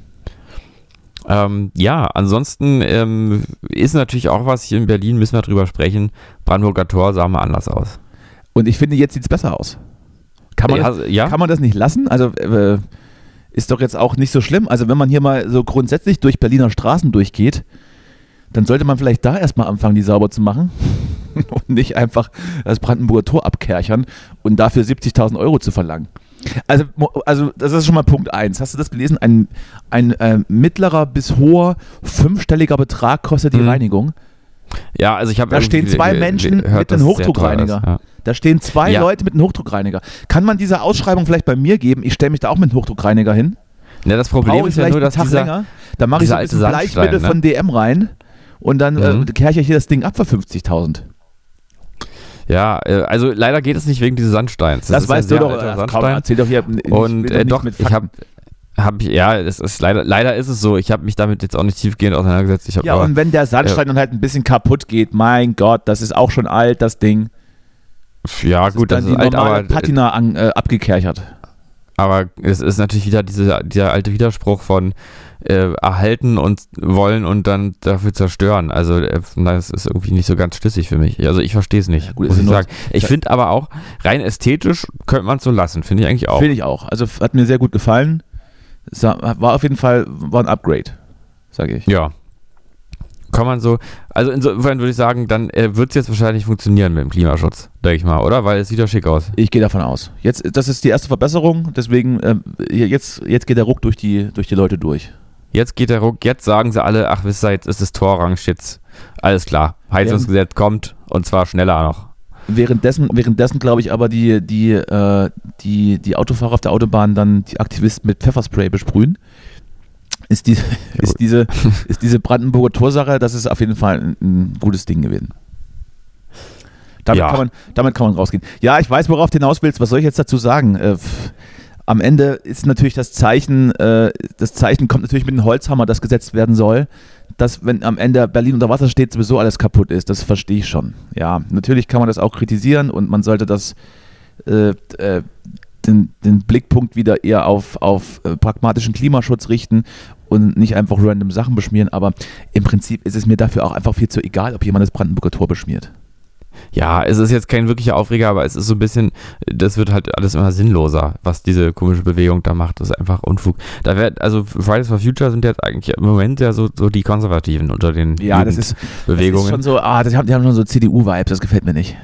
Speaker 5: Ähm, ja, ansonsten ähm, ist natürlich auch was hier in Berlin, müssen wir drüber sprechen. Brandenburger Tor sah mal anders aus.
Speaker 4: Und ich finde, jetzt sieht's besser aus. Kann man,
Speaker 5: ja,
Speaker 4: das,
Speaker 5: also- ja?
Speaker 4: kann man das nicht lassen? Also äh, ist doch jetzt auch nicht so schlimm. Also wenn man hier mal so grundsätzlich durch Berliner Straßen durchgeht, dann sollte man vielleicht da erstmal anfangen, die sauber zu machen [LAUGHS] und nicht einfach das Brandenburger Tor abkerchern und dafür 70.000 Euro zu verlangen. Also, mo- also das ist schon mal Punkt eins. Hast du das gelesen? Ein, ein äh, mittlerer bis hoher fünfstelliger Betrag kostet die
Speaker 5: Mhm.
Speaker 4: Reinigung.
Speaker 5: ja, also ich habe
Speaker 4: Da stehen
Speaker 5: irgendwie
Speaker 4: zwei
Speaker 5: ge-
Speaker 4: Menschen
Speaker 5: gehört,
Speaker 4: mit
Speaker 5: dass
Speaker 4: einem
Speaker 5: es sehr teuer ist,
Speaker 4: Hochdruckreiniger.
Speaker 5: Ja.
Speaker 4: Da stehen zwei
Speaker 5: Ja.
Speaker 4: Leute mit einem Hochdruckreiniger. Kann man diese Ausschreibung vielleicht bei mir geben? Ich stelle mich da auch mit einem Hochdruckreiniger hin.
Speaker 5: Ja, das Problem
Speaker 4: Brauche ich
Speaker 5: ist ja
Speaker 4: vielleicht
Speaker 5: nur,
Speaker 4: einen
Speaker 5: dass
Speaker 4: Tag
Speaker 5: dieser,
Speaker 4: länger. Da mache ich so
Speaker 5: dieser
Speaker 4: ein bisschen
Speaker 5: alte Sandstein,
Speaker 4: Bleichmittel
Speaker 5: ne?
Speaker 4: von DM rein und dann
Speaker 5: Mhm.
Speaker 4: äh, kehre ich hier das Ding ab für 50.000.
Speaker 5: Ja, äh, also leider geht es nicht wegen dieses Sandsteins.
Speaker 4: Das,
Speaker 5: ist ein
Speaker 4: weißt du
Speaker 5: sehr
Speaker 4: doch.
Speaker 5: alter
Speaker 4: äh, Komm, erzähl doch hier. ich will
Speaker 5: Und äh,
Speaker 4: nichts
Speaker 5: doch, ich habe hab, ich- ja, es ist leider, leider ist es so. Ich habe mich damit jetzt auch nicht tiefgehend auseinandergesetzt. Ich hab
Speaker 4: Ja,
Speaker 5: aber,
Speaker 4: und wenn der Sandstein dann halt ein bisschen kaputt geht, mein Gott, das ist auch schon alt, das Ding.
Speaker 5: ja gut,
Speaker 4: dann
Speaker 5: das
Speaker 4: die
Speaker 5: ist alt,
Speaker 4: normale
Speaker 5: aber,
Speaker 4: Patina an, äh, abgekerchert.
Speaker 5: aber es ist natürlich wieder diese, dieser alte Widerspruch von äh, erhalten und wollen und dann dafür zerstören. Also äh, das ist irgendwie nicht so ganz schlüssig für mich. Also ich verstehe es nicht,
Speaker 4: gut,
Speaker 5: muss
Speaker 4: ist
Speaker 5: ich
Speaker 4: nur-
Speaker 5: sagen. Ich finde aber auch, rein ästhetisch könnte man es so lassen, finde ich eigentlich auch.
Speaker 4: Finde ich auch. Also f- hat mir sehr gut gefallen. Sa- War auf jeden Fall war ein Upgrade, sage ich.
Speaker 5: Ja. Kann man so, also insofern würde ich sagen, dann äh, wird es jetzt wahrscheinlich funktionieren mit dem Klimaschutz, denke ich mal, oder? Weil es sieht ja schick aus.
Speaker 4: Ich gehe davon aus. Jetzt, das ist die erste Verbesserung, deswegen ähm, jetzt, jetzt geht der Ruck durch die, durch die Leute durch.
Speaker 5: Jetzt geht der Ruck, jetzt sagen sie alle, ach wisst ihr, jetzt ist das Torrange, jetzt alles klar. Heizungsgesetz kommt und zwar schneller noch.
Speaker 4: Währenddessen, währenddessen glaube ich aber, die, die, äh, die, die Autofahrer auf der Autobahn dann die Aktivisten mit Pfefferspray besprühen. Ist, die, ist, diese, ist diese Brandenburger Torsache, das ist auf jeden Fall ein, ein gutes Ding gewesen. Damit,
Speaker 5: Ja.
Speaker 4: kann man, damit kann man rausgehen. Ja, ich weiß, worauf du hinaus willst. Was soll ich jetzt dazu sagen? Äh, pff, am Ende ist natürlich das Zeichen, äh, das Zeichen kommt natürlich mit dem Holzhammer, das gesetzt werden soll, dass, wenn am Ende Berlin unter Wasser steht, sowieso alles kaputt ist. Das verstehe ich schon. Ja, natürlich kann man das auch kritisieren und man sollte das, äh, äh, den, den Blickpunkt wieder eher auf, auf äh, pragmatischen Klimaschutz richten und nicht einfach random Sachen beschmieren. Aber im Prinzip ist es mir dafür auch einfach viel zu egal, ob jemand das Brandenburger Tor beschmiert.
Speaker 5: Ja, es ist jetzt kein wirklicher Aufreger, aber es ist so ein bisschen, das wird halt alles immer sinnloser, was diese komische Bewegung da macht. Das ist einfach Unfug. Da wär, also Fridays for Future sind jetzt eigentlich im Moment ja so, so die Konservativen unter den
Speaker 4: Das ist
Speaker 5: Bewegungen.
Speaker 4: schon so, ah, das haben, die haben schon so CDU-Vibes, das gefällt mir nicht.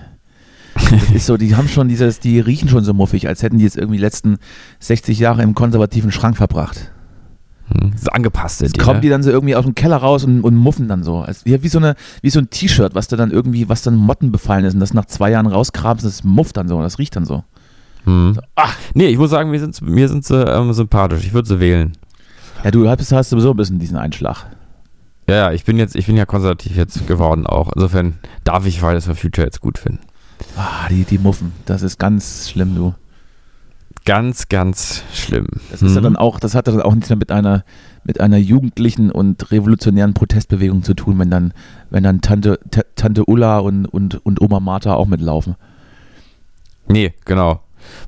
Speaker 4: Das ist so, die haben schon dieses, die riechen schon so muffig, als hätten die jetzt irgendwie die letzten 60 Jahre im konservativen Schrank verbracht.
Speaker 5: Hm, das ist angepasst sind
Speaker 4: Jetzt kommen die dann so irgendwie aus dem Keller raus und, und muffen dann so. Also, ja, wie so eine, wie so ein T-Shirt, was da dann irgendwie, was dann Motten befallen ist und das nach zwei Jahren rauskramst, das mufft dann so, das riecht dann so. Mhm.
Speaker 5: Hm. Nee, ich muss sagen, mir sind, mir sind sie ähm, sympathisch. Ich würde sie wählen.
Speaker 4: Ja, du hast, hast sowieso ein bisschen diesen Einschlag.
Speaker 5: Ja, ja, ich bin jetzt, ich bin ja konservativ jetzt geworden auch. Insofern darf ich Fridays for Future jetzt gut finden.
Speaker 4: Ah, die, die Muffen, das ist ganz schlimm, du.
Speaker 5: Ganz, ganz schlimm.
Speaker 4: Das ist ja
Speaker 5: Mhm.
Speaker 4: dann auch, das hat ja dann auch nichts mehr mit einer, mit einer jugendlichen und revolutionären Protestbewegung zu tun, wenn dann, wenn dann Tante, Ta- Tante Ulla und, und, und Oma Martha auch mitlaufen.
Speaker 5: Nee, genau.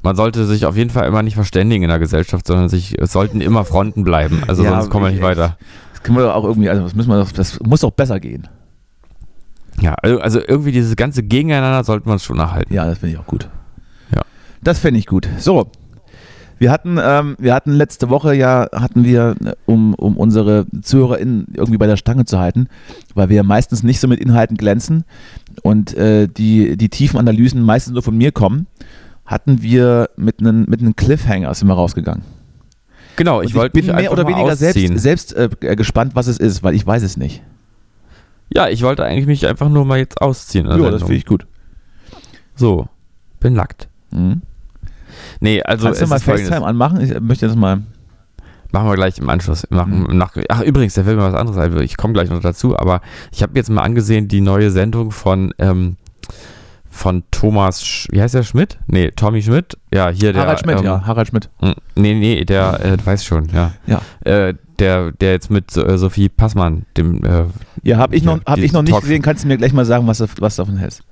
Speaker 5: Man sollte sich auf jeden Fall immer nicht verständigen in der Gesellschaft, sondern sich, es sollten immer Fronten bleiben. Also
Speaker 4: Ja,
Speaker 5: sonst kommen wir nicht
Speaker 4: wirklich.
Speaker 5: weiter.
Speaker 4: Das können wir doch auch irgendwie, also das müssen wir doch, das muss doch besser gehen.
Speaker 5: Ja, also, also irgendwie dieses ganze Gegeneinander sollten wir uns schon erhalten.
Speaker 4: Ja, das finde ich auch gut.
Speaker 5: Ja.
Speaker 4: Das finde ich gut. So. Wir hatten, ähm, wir hatten letzte Woche ja, hatten wir, äh, um, um unsere ZuhörerInnen irgendwie bei der Stange zu halten, weil wir meistens nicht so mit Inhalten glänzen und äh, die, die tiefen Analysen meistens nur von mir kommen, hatten wir mit einem mit einem Cliffhanger sind wir rausgegangen.
Speaker 5: Genau, ich
Speaker 4: Und
Speaker 5: wollte
Speaker 4: bin
Speaker 5: mich
Speaker 4: mehr
Speaker 5: einfach
Speaker 4: oder
Speaker 5: mal
Speaker 4: weniger
Speaker 5: ausziehen.
Speaker 4: selbst, selbst äh, gespannt, was es ist, weil ich weiß es nicht.
Speaker 5: Ja, ich wollte eigentlich mich einfach nur mal jetzt ausziehen. in der Sendung.
Speaker 4: gut.
Speaker 5: So, bin nackt.
Speaker 4: Mhm.
Speaker 5: Nee, also
Speaker 4: Kannst du
Speaker 5: es
Speaker 4: mal
Speaker 5: ist folgendes.
Speaker 4: FaceTime anmachen? Ich äh, möchte das mal.
Speaker 5: Machen wir gleich im Anschluss. Machen,
Speaker 4: Mhm.
Speaker 5: im Nach Ach, übrigens, der Film war was anderes. Also ich komme gleich noch dazu, aber ich habe jetzt mal angesehen, die neue Sendung von, ähm, von Thomas, Sch wie heißt der Schmidt? Nee, Tommy Schmidt. Ja, hier der.
Speaker 4: Harald Schmidt,
Speaker 5: ähm,
Speaker 4: ja, Harald Schmidt.
Speaker 5: m, Nee, nee, der, äh, du weißt schon, ja.
Speaker 4: Ja.
Speaker 5: Äh, der, der jetzt mit äh, Sophie Passmann, dem, äh,
Speaker 4: Ja, habe ich, noch-
Speaker 5: Ja,
Speaker 4: hab ich
Speaker 5: diese
Speaker 4: noch nicht
Speaker 5: Talkshow.
Speaker 4: gesehen. Kannst du mir gleich mal sagen, was, du- was du davon hältst?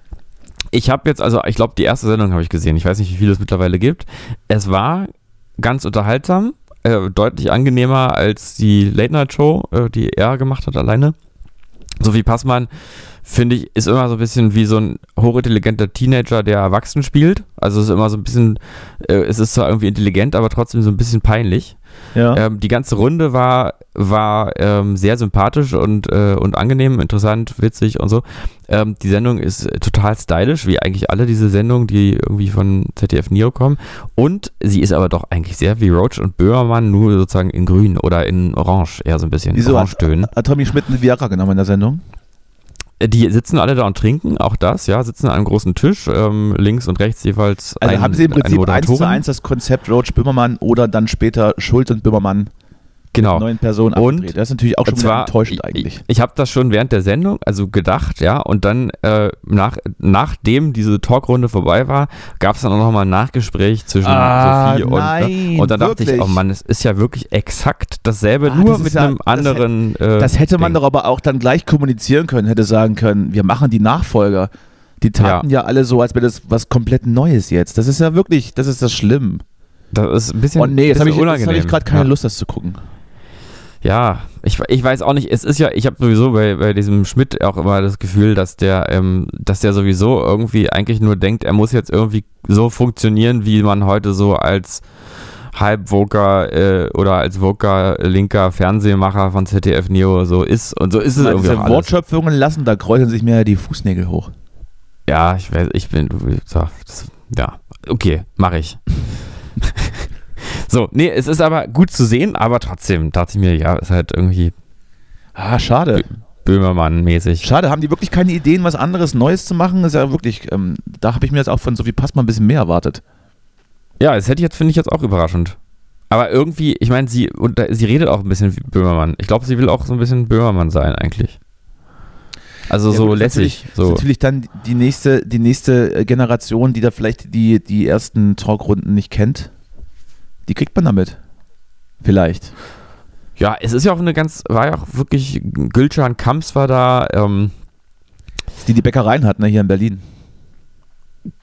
Speaker 5: ich habe jetzt, also ich glaube, die erste Sendung habe ich gesehen. Ich weiß nicht, wie viele es mittlerweile gibt. Es war ganz unterhaltsam, äh, deutlich angenehmer als die Late Night Show, äh, die er gemacht hat alleine. Sophie Passmann, finde ich, ist immer so ein bisschen wie so ein hochintelligenter Teenager, der Erwachsenen spielt. Also es ist immer so ein bisschen, äh, es ist zwar irgendwie intelligent, aber trotzdem so ein bisschen peinlich.
Speaker 4: Ja.
Speaker 5: Ähm, die ganze Runde war, war ähm, sehr sympathisch und, äh, und angenehm, interessant, witzig und so. Ähm, die Sendung ist äh, total stylisch, wie eigentlich alle diese Sendungen, die irgendwie von ZDF Neo kommen. Und sie ist aber doch eigentlich sehr wie Roach und Böhmermann, nur sozusagen in grün oder in orange, eher so ein bisschen
Speaker 4: Wieso?
Speaker 5: orangetönen.
Speaker 4: Hat Tommy Schmidt eine Viagra genommen in der Sendung?
Speaker 5: Äh, Die sitzen alle da und trinken, auch das, ja, sitzen an einem großen Tisch, ähm, links und rechts jeweils
Speaker 4: Also
Speaker 5: ein-
Speaker 4: haben sie im
Speaker 5: eine
Speaker 4: Prinzip eins zu
Speaker 5: Moderatorin.
Speaker 4: eins das Konzept Roach Böhmermann oder dann später Schulz und Böhmermann
Speaker 5: genau.
Speaker 4: neuen Personen
Speaker 5: Und
Speaker 4: abgedreht. Das ist natürlich auch schon wieder
Speaker 5: zwar,
Speaker 4: enttäuschend eigentlich.
Speaker 5: Ich, ich habe das schon während der Sendung, also gedacht, ja, und dann äh, nach, nachdem diese Talkrunde vorbei war, gab es dann auch nochmal ein Nachgespräch zwischen
Speaker 4: Ah,
Speaker 5: Sophie und. ne,
Speaker 4: nein,
Speaker 5: und dann dachte ich,
Speaker 4: wirklich?
Speaker 5: oh Mann, es ist ja wirklich exakt dasselbe,
Speaker 4: Ah,
Speaker 5: nur
Speaker 4: das ist
Speaker 5: mit
Speaker 4: ja-
Speaker 5: einem
Speaker 4: das
Speaker 5: anderen. äh,
Speaker 4: Das hätte man
Speaker 5: Ding.
Speaker 4: doch aber auch dann gleich kommunizieren können, hätte sagen können, wir machen die Nachfolger. Die taten ja, alle so, als wäre das was komplett Neues jetzt. Das ist ja wirklich, das ist das Schlimm.
Speaker 5: Das ist ein bisschen,
Speaker 4: Oh nee, jetzt
Speaker 5: bisschen
Speaker 4: habe ich, jetzt hab
Speaker 5: unangenehm.
Speaker 4: ich gerade keine
Speaker 5: ja.
Speaker 4: Lust, das zu gucken.
Speaker 5: Ja, ich, ich weiß auch nicht, es ist ja, ich habe sowieso bei, bei diesem Schmidt auch immer das Gefühl, dass der, ähm, dass der sowieso irgendwie eigentlich nur denkt, er muss jetzt irgendwie so funktionieren, wie man heute so als Halbvoker äh, oder als Voker linker Fernsehmacher von ZDF Neo so ist. Und so ist es
Speaker 4: Weil
Speaker 5: irgendwie
Speaker 4: Diese
Speaker 5: auch alles.
Speaker 4: Wortschöpfungen lassen, da kräuseln sich mir ja die Fußnägel hoch.
Speaker 5: Ja, ich weiß, ich bin, so, das, ja, okay, mache ich. so, nee, es ist aber gut zu sehen, aber trotzdem dachte ich mir, ja, ist halt irgendwie
Speaker 4: Ah, schade.
Speaker 5: Böhmermann-mäßig.
Speaker 4: Schade, haben die wirklich keine Ideen, was anderes Neues zu machen? Ist ja wirklich, ähm, da habe ich mir jetzt auch von Sophie Passmann ein bisschen mehr erwartet.
Speaker 5: Ja, das hätte ich jetzt, finde ich jetzt auch überraschend. Aber irgendwie, ich meine, sie, und da, sie redet auch ein bisschen wie Böhmermann. Ich glaube, sie will auch so ein bisschen Böhmermann sein, eigentlich. Also
Speaker 4: Ja,
Speaker 5: so
Speaker 4: gut, das ist
Speaker 5: lässig.
Speaker 4: Natürlich,
Speaker 5: So.
Speaker 4: ist natürlich dann die nächste, die nächste äh, Generation, die da vielleicht die, die ersten Talkrunden nicht kennt. Die kriegt man damit. Vielleicht.
Speaker 5: Ja, es ist ja auch eine ganz, war ja auch wirklich, Gülcan Kamps war da, ähm,
Speaker 4: Die die Bäckereien hat, ne, hier in Berlin.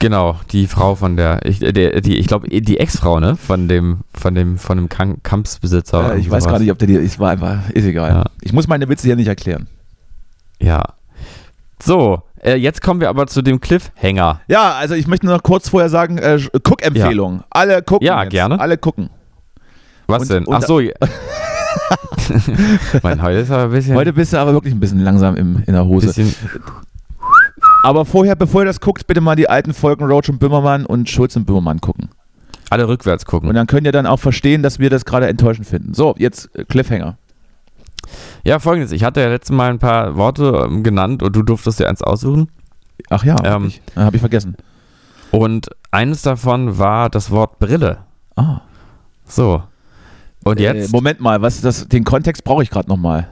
Speaker 5: genau, die Frau von der, ich, äh, der, die, ich glaube, die Ex-Frau, ne, von dem, von dem, von dem Kan- Kamps-Besitzer. oder
Speaker 4: äh, ich weiß
Speaker 5: sowas.
Speaker 4: gar nicht, ob der die. Es war einfach. Ist egal.
Speaker 5: Ja.
Speaker 4: Ich muss meine Witze hier nicht erklären.
Speaker 5: Ja. So, äh, jetzt kommen wir aber zu dem Cliffhanger.
Speaker 4: Ja, also ich möchte nur noch kurz vorher sagen: äh, Guck-Empfehlung. Alle gucken.
Speaker 5: Ja, gerne.
Speaker 4: Alle gucken.
Speaker 5: Was
Speaker 4: Und-
Speaker 5: denn?
Speaker 4: und-
Speaker 5: Ach so.
Speaker 4: [LAUGHS]
Speaker 5: je- [LAUGHS] mein heute ist aber ein bisschen.
Speaker 4: Heute bist du aber wirklich ein bisschen langsam im, in der Hose.
Speaker 5: bisschen
Speaker 4: Aber vorher, bevor ihr das guckt, bitte mal die alten Folgen Roach und Böhmermann und Schulz und Böhmermann gucken.
Speaker 5: alle rückwärts
Speaker 4: Und
Speaker 5: gucken.
Speaker 4: dann könnt ihr dann auch verstehen, dass wir das gerade enttäuschend finden. So, jetzt äh, Cliffhanger.
Speaker 5: Ja, folgendes. Ich hatte ja letztes Mal ein paar Worte ähm, genannt und du durftest dir eins aussuchen.
Speaker 4: Ach ja, hab
Speaker 5: Ähm.
Speaker 4: ich, äh, hab ich vergessen.
Speaker 5: Und eines davon war das Wort Brille.
Speaker 4: Ah.
Speaker 5: So. Und
Speaker 4: Äh,
Speaker 5: jetzt?
Speaker 4: Moment mal, was das, den Kontext brauche ich gerade nochmal.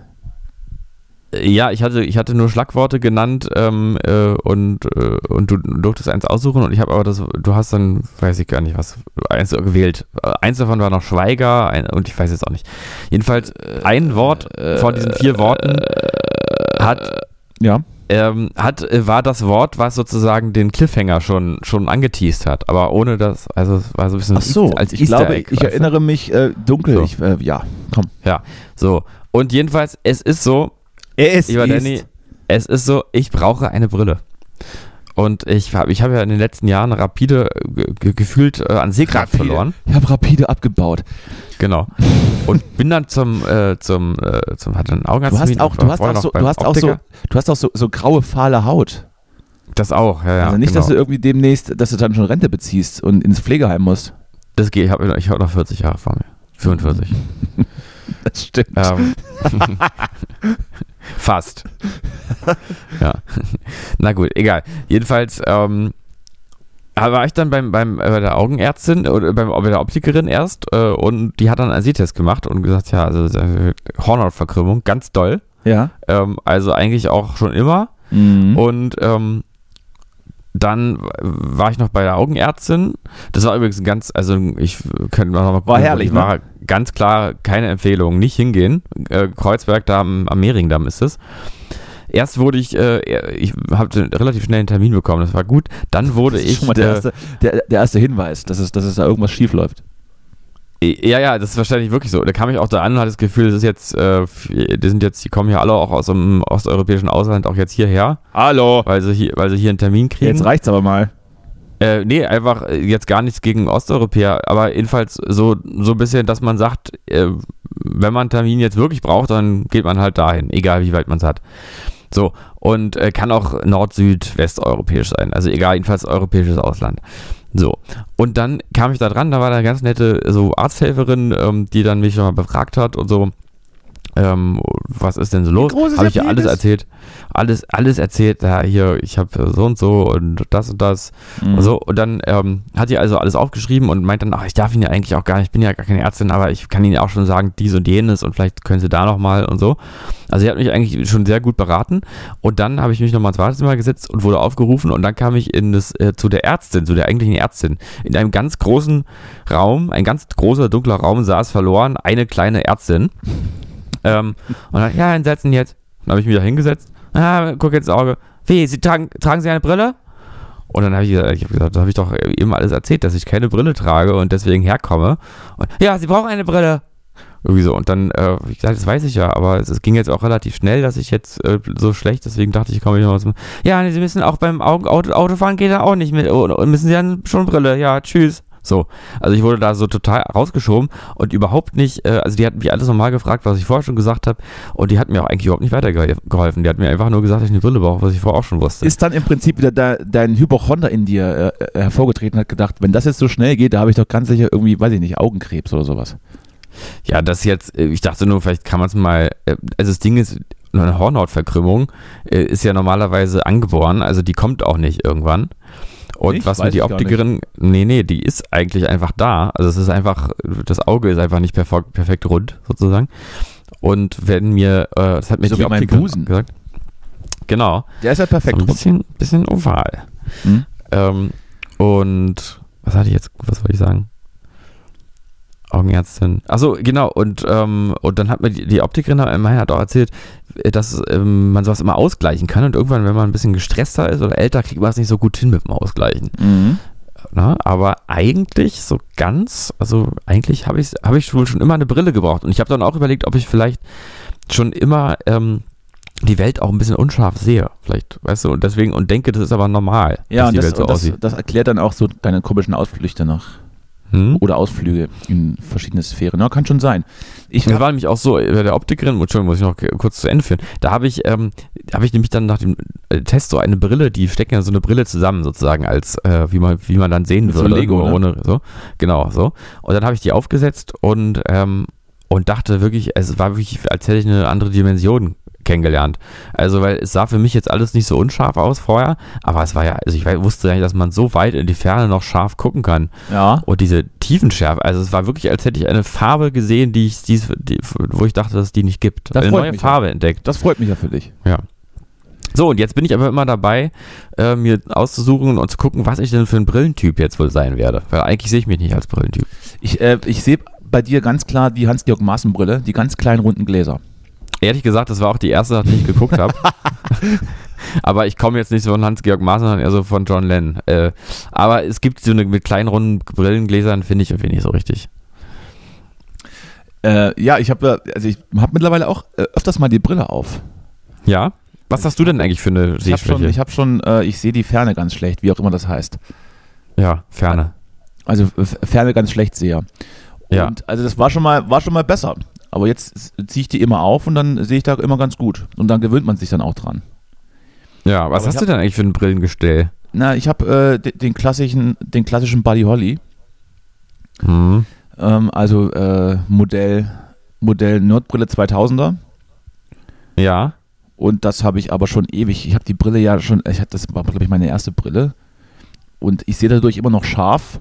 Speaker 5: äh, ja, ich hatte, ich hatte nur Schlagworte genannt ähm, äh, und, äh, und du durftest eins aussuchen und ich habe aber das, du hast dann, weiß ich gar nicht was, eins gewählt. Äh, Eins davon war noch Schweiger ein, und ich weiß jetzt auch nicht. Jedenfalls ein Wort von diesen vier Worten hat
Speaker 4: Ja.
Speaker 5: ähm, hat, äh, war das Wort, was sozusagen den Cliffhanger schon, schon angeteased hat, aber ohne das, also es war so ein bisschen als
Speaker 4: ich
Speaker 5: Easter
Speaker 4: glaube,
Speaker 5: Egg,
Speaker 4: ich
Speaker 5: weißt du?
Speaker 4: erinnere mich äh, dunkel.
Speaker 5: So.
Speaker 4: Ich, äh, ja, komm.
Speaker 5: Ja, so. Und jedenfalls, es ist so,
Speaker 4: Er ist.
Speaker 5: lieber Danny, es ist so, ich brauche eine Brille. Und ich habe ich hab ja in den letzten Jahren rapide äh, ge- ge- gefühlt äh, an Sehkraft verloren.
Speaker 4: Ich habe rapide abgebaut.
Speaker 5: Genau. Und bin dann zum, äh, zum, äh, zum, hatte einen
Speaker 4: Du
Speaker 5: Augenarzt.
Speaker 4: hast auch, du hast auch, so, du hast auch so, du hast auch so, so graue, fahle Haut.
Speaker 5: Das auch, ja, ja.
Speaker 4: also nicht,
Speaker 5: genau.
Speaker 4: dass du irgendwie demnächst, dass du dann schon Rente beziehst und ins Pflegeheim musst. [LAUGHS]
Speaker 5: das geht, ich habe ich hab noch 40 Jahre vor mir. 45.
Speaker 4: Das stimmt.
Speaker 5: Ähm, fast. ja. Na gut, egal. Jedenfalls ähm, da war ich dann beim, beim, äh, bei der Augenärztin oder beim, bei der Optikerin erst äh, und die hat dann einen Sehtest gemacht und gesagt, ja, also äh, Hornhautverkrümmung, ganz doll.
Speaker 4: Ja.
Speaker 5: Ähm, also eigentlich auch schon immer.
Speaker 4: Mhm.
Speaker 5: Und ähm, dann war ich noch bei der Augenärztin. Das war übrigens ein ganz, also ich könnte noch mal gucken, wo die
Speaker 4: herrlich, ne?
Speaker 5: War ganz klar keine Empfehlung, nicht hingehen. Äh, Kreuzberg da am, am Mehringdamm ist es. Erst wurde ich, äh, ich habe relativ schnell einen Termin bekommen, das war gut. Dann wurde
Speaker 4: Das ist
Speaker 5: ich.
Speaker 4: schon mal der
Speaker 5: äh,
Speaker 4: erste, der, der erste Hinweis, dass es, dass es da irgendwas schief läuft.
Speaker 5: e, Ja, ja, das ist wahrscheinlich wirklich so. Da kam ich auch da an und hatte das Gefühl, das ist jetzt, äh, die sind jetzt, die kommen ja alle auch aus dem osteuropäischen Ausland auch jetzt hierher,
Speaker 4: Hallo.
Speaker 5: weil sie hier, weil sie hier einen Termin kriegen.
Speaker 4: Oh. Jetzt reicht's aber mal.
Speaker 5: Äh, nee, einfach äh, jetzt gar nichts gegen Osteuropäer, aber jedenfalls so, so ein bisschen, dass man sagt, äh, wenn man einen Termin jetzt wirklich braucht, dann geht man halt dahin, egal wie weit man es hat. So, und äh, kann auch Nord-, Süd-, Westeuropäisch sein, also egal, jedenfalls europäisches Ausland. So, und dann kam ich da dran, da war da eine ganz nette so Arzthelferin, ähm, die dann mich nochmal befragt hat und so. Ähm, was ist denn so los?
Speaker 4: groß ist
Speaker 5: Habe
Speaker 4: Ihr
Speaker 5: ich ja alles
Speaker 4: Penis?
Speaker 5: erzählt. Alles, alles erzählt. Ja, hier, ich habe so und so und das und das. Und so, und dann ähm, hat sie also alles aufgeschrieben und meint dann, ach, ich darf ihn ja eigentlich auch gar nicht, ich bin ja gar keine Ärztin, aber ich kann Ihnen ja auch schon sagen, dies und jenes und vielleicht können Sie da nochmal und so. Also sie hat mich eigentlich schon sehr gut beraten und dann habe ich mich nochmal ins Wartezimmer gesetzt und wurde aufgerufen und dann kam ich in das, äh, zu der Ärztin, zu der eigentlichen Ärztin. In einem ganz großen Raum, ein ganz großer, dunkler Raum saß verloren eine kleine Ärztin. Ähm, und dann, ja, hinsetzen jetzt. Dann habe ich mich da hingesetzt. Ah, guck jetzt ins Auge. Wie, Sie tragen, tragen Sie eine Brille? Und dann habe ich, gesagt- ich hab gesagt, das habe ich doch eben alles erzählt, dass ich keine Brille trage und deswegen herkomme. Und, ja, Sie brauchen eine Brille. Irgendwie so. Und dann, äh, hab ich gesagt, das weiß ich ja, aber es, es ging jetzt auch relativ schnell, dass ich jetzt äh, so schlecht, deswegen dachte ich, komme ich noch was. Ja, nee, Sie müssen auch beim Augen, Auto, Autofahren geht da auch nicht mit. Oh, oh, müssen Sie dann schon Brille. Ja, tschüss. So, also ich wurde da so total rausgeschoben und überhaupt nicht, äh, also die hat mich alles nochmal gefragt, was ich vorher schon gesagt habe und die hat mir auch eigentlich überhaupt nicht weitergeholfen. Die hat mir einfach nur gesagt, dass ich eine Brille brauche, was ich vorher auch schon wusste.
Speaker 4: Ist dann im Prinzip wieder da, dein Hypochonder in dir äh, äh, hervorgetreten hat, gedacht, wenn das jetzt so schnell geht, da habe ich doch ganz sicher irgendwie, weiß ich nicht, Augenkrebs oder sowas.
Speaker 5: Ja, das jetzt, äh, ich dachte nur, vielleicht kann man es mal, äh, also das Ding ist, eine Hornhautverkrümmung äh, ist ja normalerweise angeboren, also die kommt auch nicht irgendwann. Und
Speaker 4: Nicht?
Speaker 5: was
Speaker 4: Weiß
Speaker 5: mir die
Speaker 4: ich gar nicht.
Speaker 5: Optikerin, nee, nee, die ist eigentlich einfach da. Also es ist einfach, das Auge ist einfach nicht perfekt, perfekt rund sozusagen. Und wenn mir, äh, das hat mir
Speaker 4: So
Speaker 5: die
Speaker 4: wie mein
Speaker 5: Optikerin
Speaker 4: Busen.
Speaker 5: gesagt. Genau.
Speaker 4: Der ist ja perfekt.
Speaker 5: So ein bisschen, bisschen oval.
Speaker 4: Hm?
Speaker 5: Ähm, und was hatte ich jetzt, was wollte ich sagen? Augenärztin. Achso, genau. Und, ähm, und dann hat mir die, die Optikerin immerhin hat auch erzählt, äh, dass ähm, man sowas immer ausgleichen kann. Und irgendwann, wenn man ein bisschen gestresster ist oder älter, kriegt man es nicht so gut hin mit dem Ausgleichen.
Speaker 4: Mhm.
Speaker 5: Ne? Aber eigentlich so ganz, also eigentlich habe ich, hab ich wohl schon immer eine Brille gebraucht. Und ich habe dann auch überlegt, ob ich vielleicht schon immer ähm, die Welt auch ein bisschen unscharf sehe. Vielleicht, weißt du, und deswegen, und denke, das ist aber normal,
Speaker 4: Ja,
Speaker 5: dass
Speaker 4: und
Speaker 5: die
Speaker 4: das,
Speaker 5: Welt so
Speaker 4: und das,
Speaker 5: aussieht.
Speaker 4: das erklärt dann auch so deine komischen Ausflüchte noch.
Speaker 5: Hm?
Speaker 4: Oder Ausflüge in verschiedene Sphären. Na, kann schon sein. Ich
Speaker 5: Das war nämlich auch so, äh, bei der Optikerin, Entschuldigung, muss ich noch k- kurz zu Ende führen, da habe ich, ähm, da habe ich nämlich dann nach dem äh, Test so eine Brille, die stecken ja so eine Brille zusammen sozusagen, als äh, wie, man, wie man dann sehen
Speaker 4: Mit so
Speaker 5: würde.
Speaker 4: Lego,
Speaker 5: nur
Speaker 4: ne?
Speaker 5: ohne, so. Genau, so. Und dann habe ich die aufgesetzt und, ähm, und dachte wirklich, es war wirklich, als hätte ich eine andere Dimension kennengelernt. Also, weil es sah für mich jetzt alles nicht so unscharf aus vorher, aber es war ja, also ich wei- wusste ja nicht, dass man so weit in die Ferne noch scharf gucken kann.
Speaker 4: ja.
Speaker 5: Und Oh, diese Tiefenschärfe, also es war wirklich, als hätte ich eine Farbe gesehen, die ich, die, es- die, wo ich dachte, dass es die nicht gibt.
Speaker 4: Das
Speaker 5: eine
Speaker 4: freut
Speaker 5: neue
Speaker 4: mich
Speaker 5: Farbe entdeckt.
Speaker 4: Das freut mich ja für dich.
Speaker 5: So, und jetzt bin ich aber immer dabei, äh, mir auszusuchen und zu gucken, was ich denn für ein Brillentyp jetzt wohl sein werde. Weil eigentlich sehe ich mich nicht als Brillentyp.
Speaker 4: Ich, äh, ich sehe bei dir ganz klar die Hans-Georg Maaßen-Brille, die ganz kleinen runden Gläser.
Speaker 5: Ehrlich gesagt, das war auch die erste, nach der ich geguckt
Speaker 4: [LAUGHS]
Speaker 5: habe. aber ich komme jetzt nicht so von Hans-Georg Maaßen, sondern eher so von John Lennon. Äh, aber es gibt so eine mit kleinen runden Brillengläsern, finde ich irgendwie nicht so richtig.
Speaker 4: Äh, ja, ich habe also ich hab mittlerweile auch äh, öfters mal die Brille auf.
Speaker 5: Ja? Was hast du denn eigentlich für eine
Speaker 4: Ich habe schon,
Speaker 5: Sehschwäche?
Speaker 4: ich, hab schon, äh, ich sehe die Ferne ganz schlecht, wie auch immer das heißt.
Speaker 5: ja, Ferne.
Speaker 4: Also äh, Ferne ganz schlecht sehe.
Speaker 5: Ja.
Speaker 4: Und also das war schon mal, war schon mal besser. Aber jetzt ziehe ich die immer auf und dann sehe ich da immer ganz gut. Und dann gewöhnt man sich dann auch dran.
Speaker 5: Ja,
Speaker 4: Aber
Speaker 5: was
Speaker 4: ich
Speaker 5: hast du
Speaker 4: hab-
Speaker 5: denn eigentlich für ein Brillengestell?
Speaker 4: Na, ich habe äh, de- den klassischen, den klassischen Buddy Holly,
Speaker 5: Hm.
Speaker 4: ähm, also äh, Modell, Modell Nordbrille 2000er.
Speaker 5: Ja.
Speaker 4: Und das habe ich aber schon ewig. Ich habe die Brille ja schon, ich hatte das war glaube ich meine erste Brille. Und ich sehe dadurch immer noch scharf.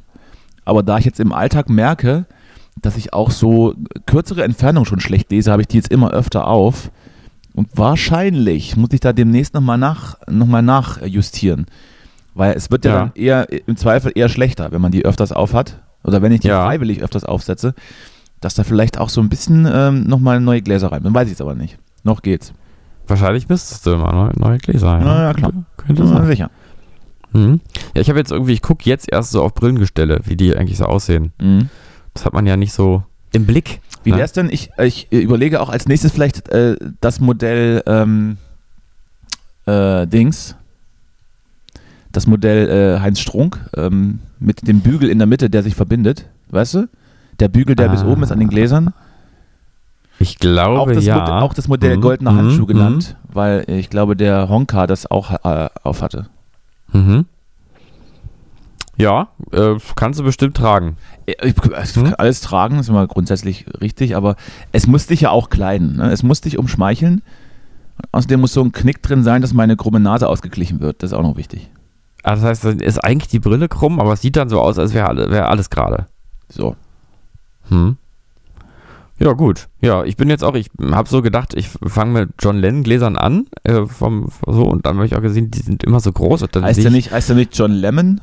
Speaker 4: Aber da ich jetzt im Alltag merke, dass ich auch so kürzere Entfernungen schon schlecht lese, habe ich die jetzt immer öfter auf. Und wahrscheinlich muss ich da demnächst nochmal nach, noch mal nachjustieren. Weil es wird ja,
Speaker 5: Ja.
Speaker 4: dann eher im Zweifel eher schlechter, wenn man die öfters aufhat. Oder wenn ich die
Speaker 5: Ja.
Speaker 4: freiwillig öfters aufsetze, dass da vielleicht auch so ein bisschen ähm, nochmal neue Gläser rein. Dann weiß ich es aber nicht. Noch geht's.
Speaker 5: Wahrscheinlich müsstest du immer neue, neue Gläser.
Speaker 4: Na ja, klar.
Speaker 5: Könnte
Speaker 4: Ja,
Speaker 5: sein.
Speaker 4: sicher.
Speaker 5: Mhm. Ja, ich habe jetzt irgendwie, ich gucke jetzt erst so auf Brillengestelle, wie die eigentlich so aussehen. Das hat man ja nicht so im Blick.
Speaker 4: Wie
Speaker 5: Ne?
Speaker 4: wär's denn? Ich, ich überlege auch als nächstes vielleicht äh, das Modell ähm, äh, Dings. Das Modell äh, Heinz Strunk ähm, mit dem Bügel in der Mitte, der sich verbindet. Weißt du? Der Bügel, der bis
Speaker 5: Ah.
Speaker 4: oben ist an den Gläsern.
Speaker 5: Ich glaube,
Speaker 4: Auch das,
Speaker 5: ja.
Speaker 4: Mod- auch das Modell
Speaker 5: Mhm,
Speaker 4: Goldener
Speaker 5: mhm,
Speaker 4: Handschuh genannt, weil ich glaube, der Honka das auch äh, aufhatte.
Speaker 5: Mhm. Ja, äh, kannst du bestimmt tragen.
Speaker 4: Ich ich kann alles tragen, ist immer grundsätzlich richtig, aber es muss dich ja auch kleiden. Ne? Es muss dich umschmeicheln. Außerdem muss so ein Knick drin sein, dass meine krumme Nase ausgeglichen wird. Das ist auch noch wichtig.
Speaker 5: Ah, das heißt, dann ist eigentlich die Brille krumm, aber es sieht dann so aus, als wäre alle, wär alles gerade.
Speaker 4: So.
Speaker 5: Hm. Ja, gut. Ja, ich bin jetzt auch, ich habe so gedacht, ich fange mit John Lennon Gläsern an, äh, vom, so, und dann habe ich auch gesehen, die sind immer so groß. Und dann
Speaker 4: Heißt er
Speaker 5: seh ich-
Speaker 4: nicht, heißt er nicht John Lemon?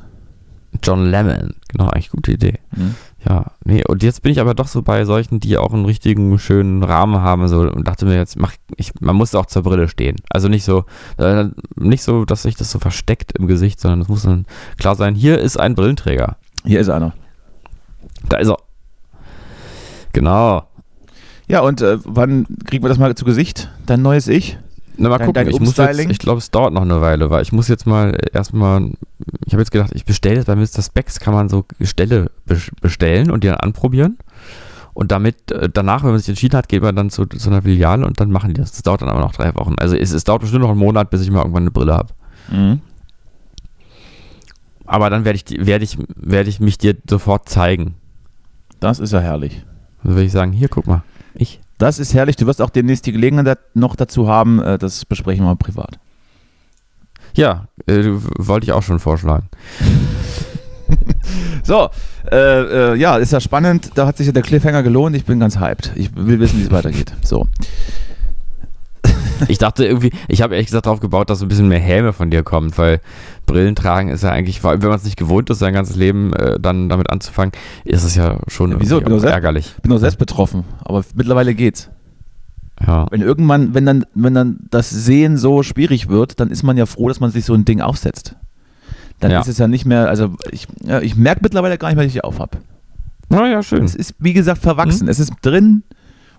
Speaker 5: John Lennon. Genau, eigentlich gute Idee.
Speaker 4: Mhm.
Speaker 5: Ja, nee, und jetzt bin ich aber doch so bei solchen, die auch einen richtigen schönen Rahmen haben, so, und dachte mir jetzt, mach, ich, man muss auch zur Brille stehen. Also nicht so, äh, nicht so, dass sich das so versteckt im Gesicht, sondern es muss dann klar sein, hier ist ein Brillenträger.
Speaker 4: Hier ist einer.
Speaker 5: Da ist er. Genau.
Speaker 4: Ja, und äh, wann kriegen wir das mal zu Gesicht? Dein neues Ich?
Speaker 5: Na, mal
Speaker 4: Dein-
Speaker 5: gucken,
Speaker 4: dein
Speaker 5: ich, muss jetzt,
Speaker 4: Umstyling?
Speaker 5: ich glaube, es dauert noch eine Weile, weil ich muss jetzt mal erstmal, ich habe jetzt gedacht, ich bestelle jetzt bei Mr. Specs, kann man so Gestelle bes- bestellen und die dann anprobieren. Und damit, äh, danach, wenn man sich entschieden hat, geht man dann zu, zu einer Filiale und dann machen die das. Das dauert dann aber noch drei Wochen. Also es, es dauert bestimmt noch einen Monat, bis ich mal irgendwann eine Brille habe.
Speaker 4: Mhm.
Speaker 5: Aber dann werde ich, die- werde ich, werde ich mich dir sofort zeigen.
Speaker 4: Das ist ja herrlich.
Speaker 5: Dann würde ich sagen, hier, guck mal. Ich.
Speaker 4: Das ist herrlich. Du wirst auch demnächst die Gelegenheit da- noch dazu haben. Äh, das besprechen wir mal privat.
Speaker 5: Ja, äh, wollte ich auch schon vorschlagen.
Speaker 4: So, äh, äh, ja, ist ja spannend. Da hat sich ja der Cliffhanger gelohnt. Ich bin ganz hyped. Ich will wissen, wie es weitergeht. So.
Speaker 5: Ich dachte irgendwie, ich habe ehrlich gesagt darauf gebaut, dass ein bisschen mehr Häme von dir kommt, weil Brillen tragen ist ja eigentlich, vor allem wenn man es nicht gewohnt ist, sein ganzes Leben äh, dann damit anzufangen, ist es ja schon
Speaker 4: Ja, wieso?
Speaker 5: irgendwie
Speaker 4: Bin doch
Speaker 5: auch
Speaker 4: selbst-
Speaker 5: ärgerlich.
Speaker 4: Bin auch selbst betroffen. Aber mittlerweile geht's.
Speaker 5: Ja.
Speaker 4: Wenn irgendwann, wenn dann, wenn dann das Sehen so schwierig wird, dann ist man ja froh, dass man sich so ein Ding aufsetzt. Dann
Speaker 5: Ja.
Speaker 4: ist es ja nicht mehr, also ich, ja, ich merke mittlerweile gar nicht mehr, dass ich die aufhab.
Speaker 5: Naja, schön. Hm?
Speaker 4: Es ist, wie gesagt, verwachsen. Es ist drin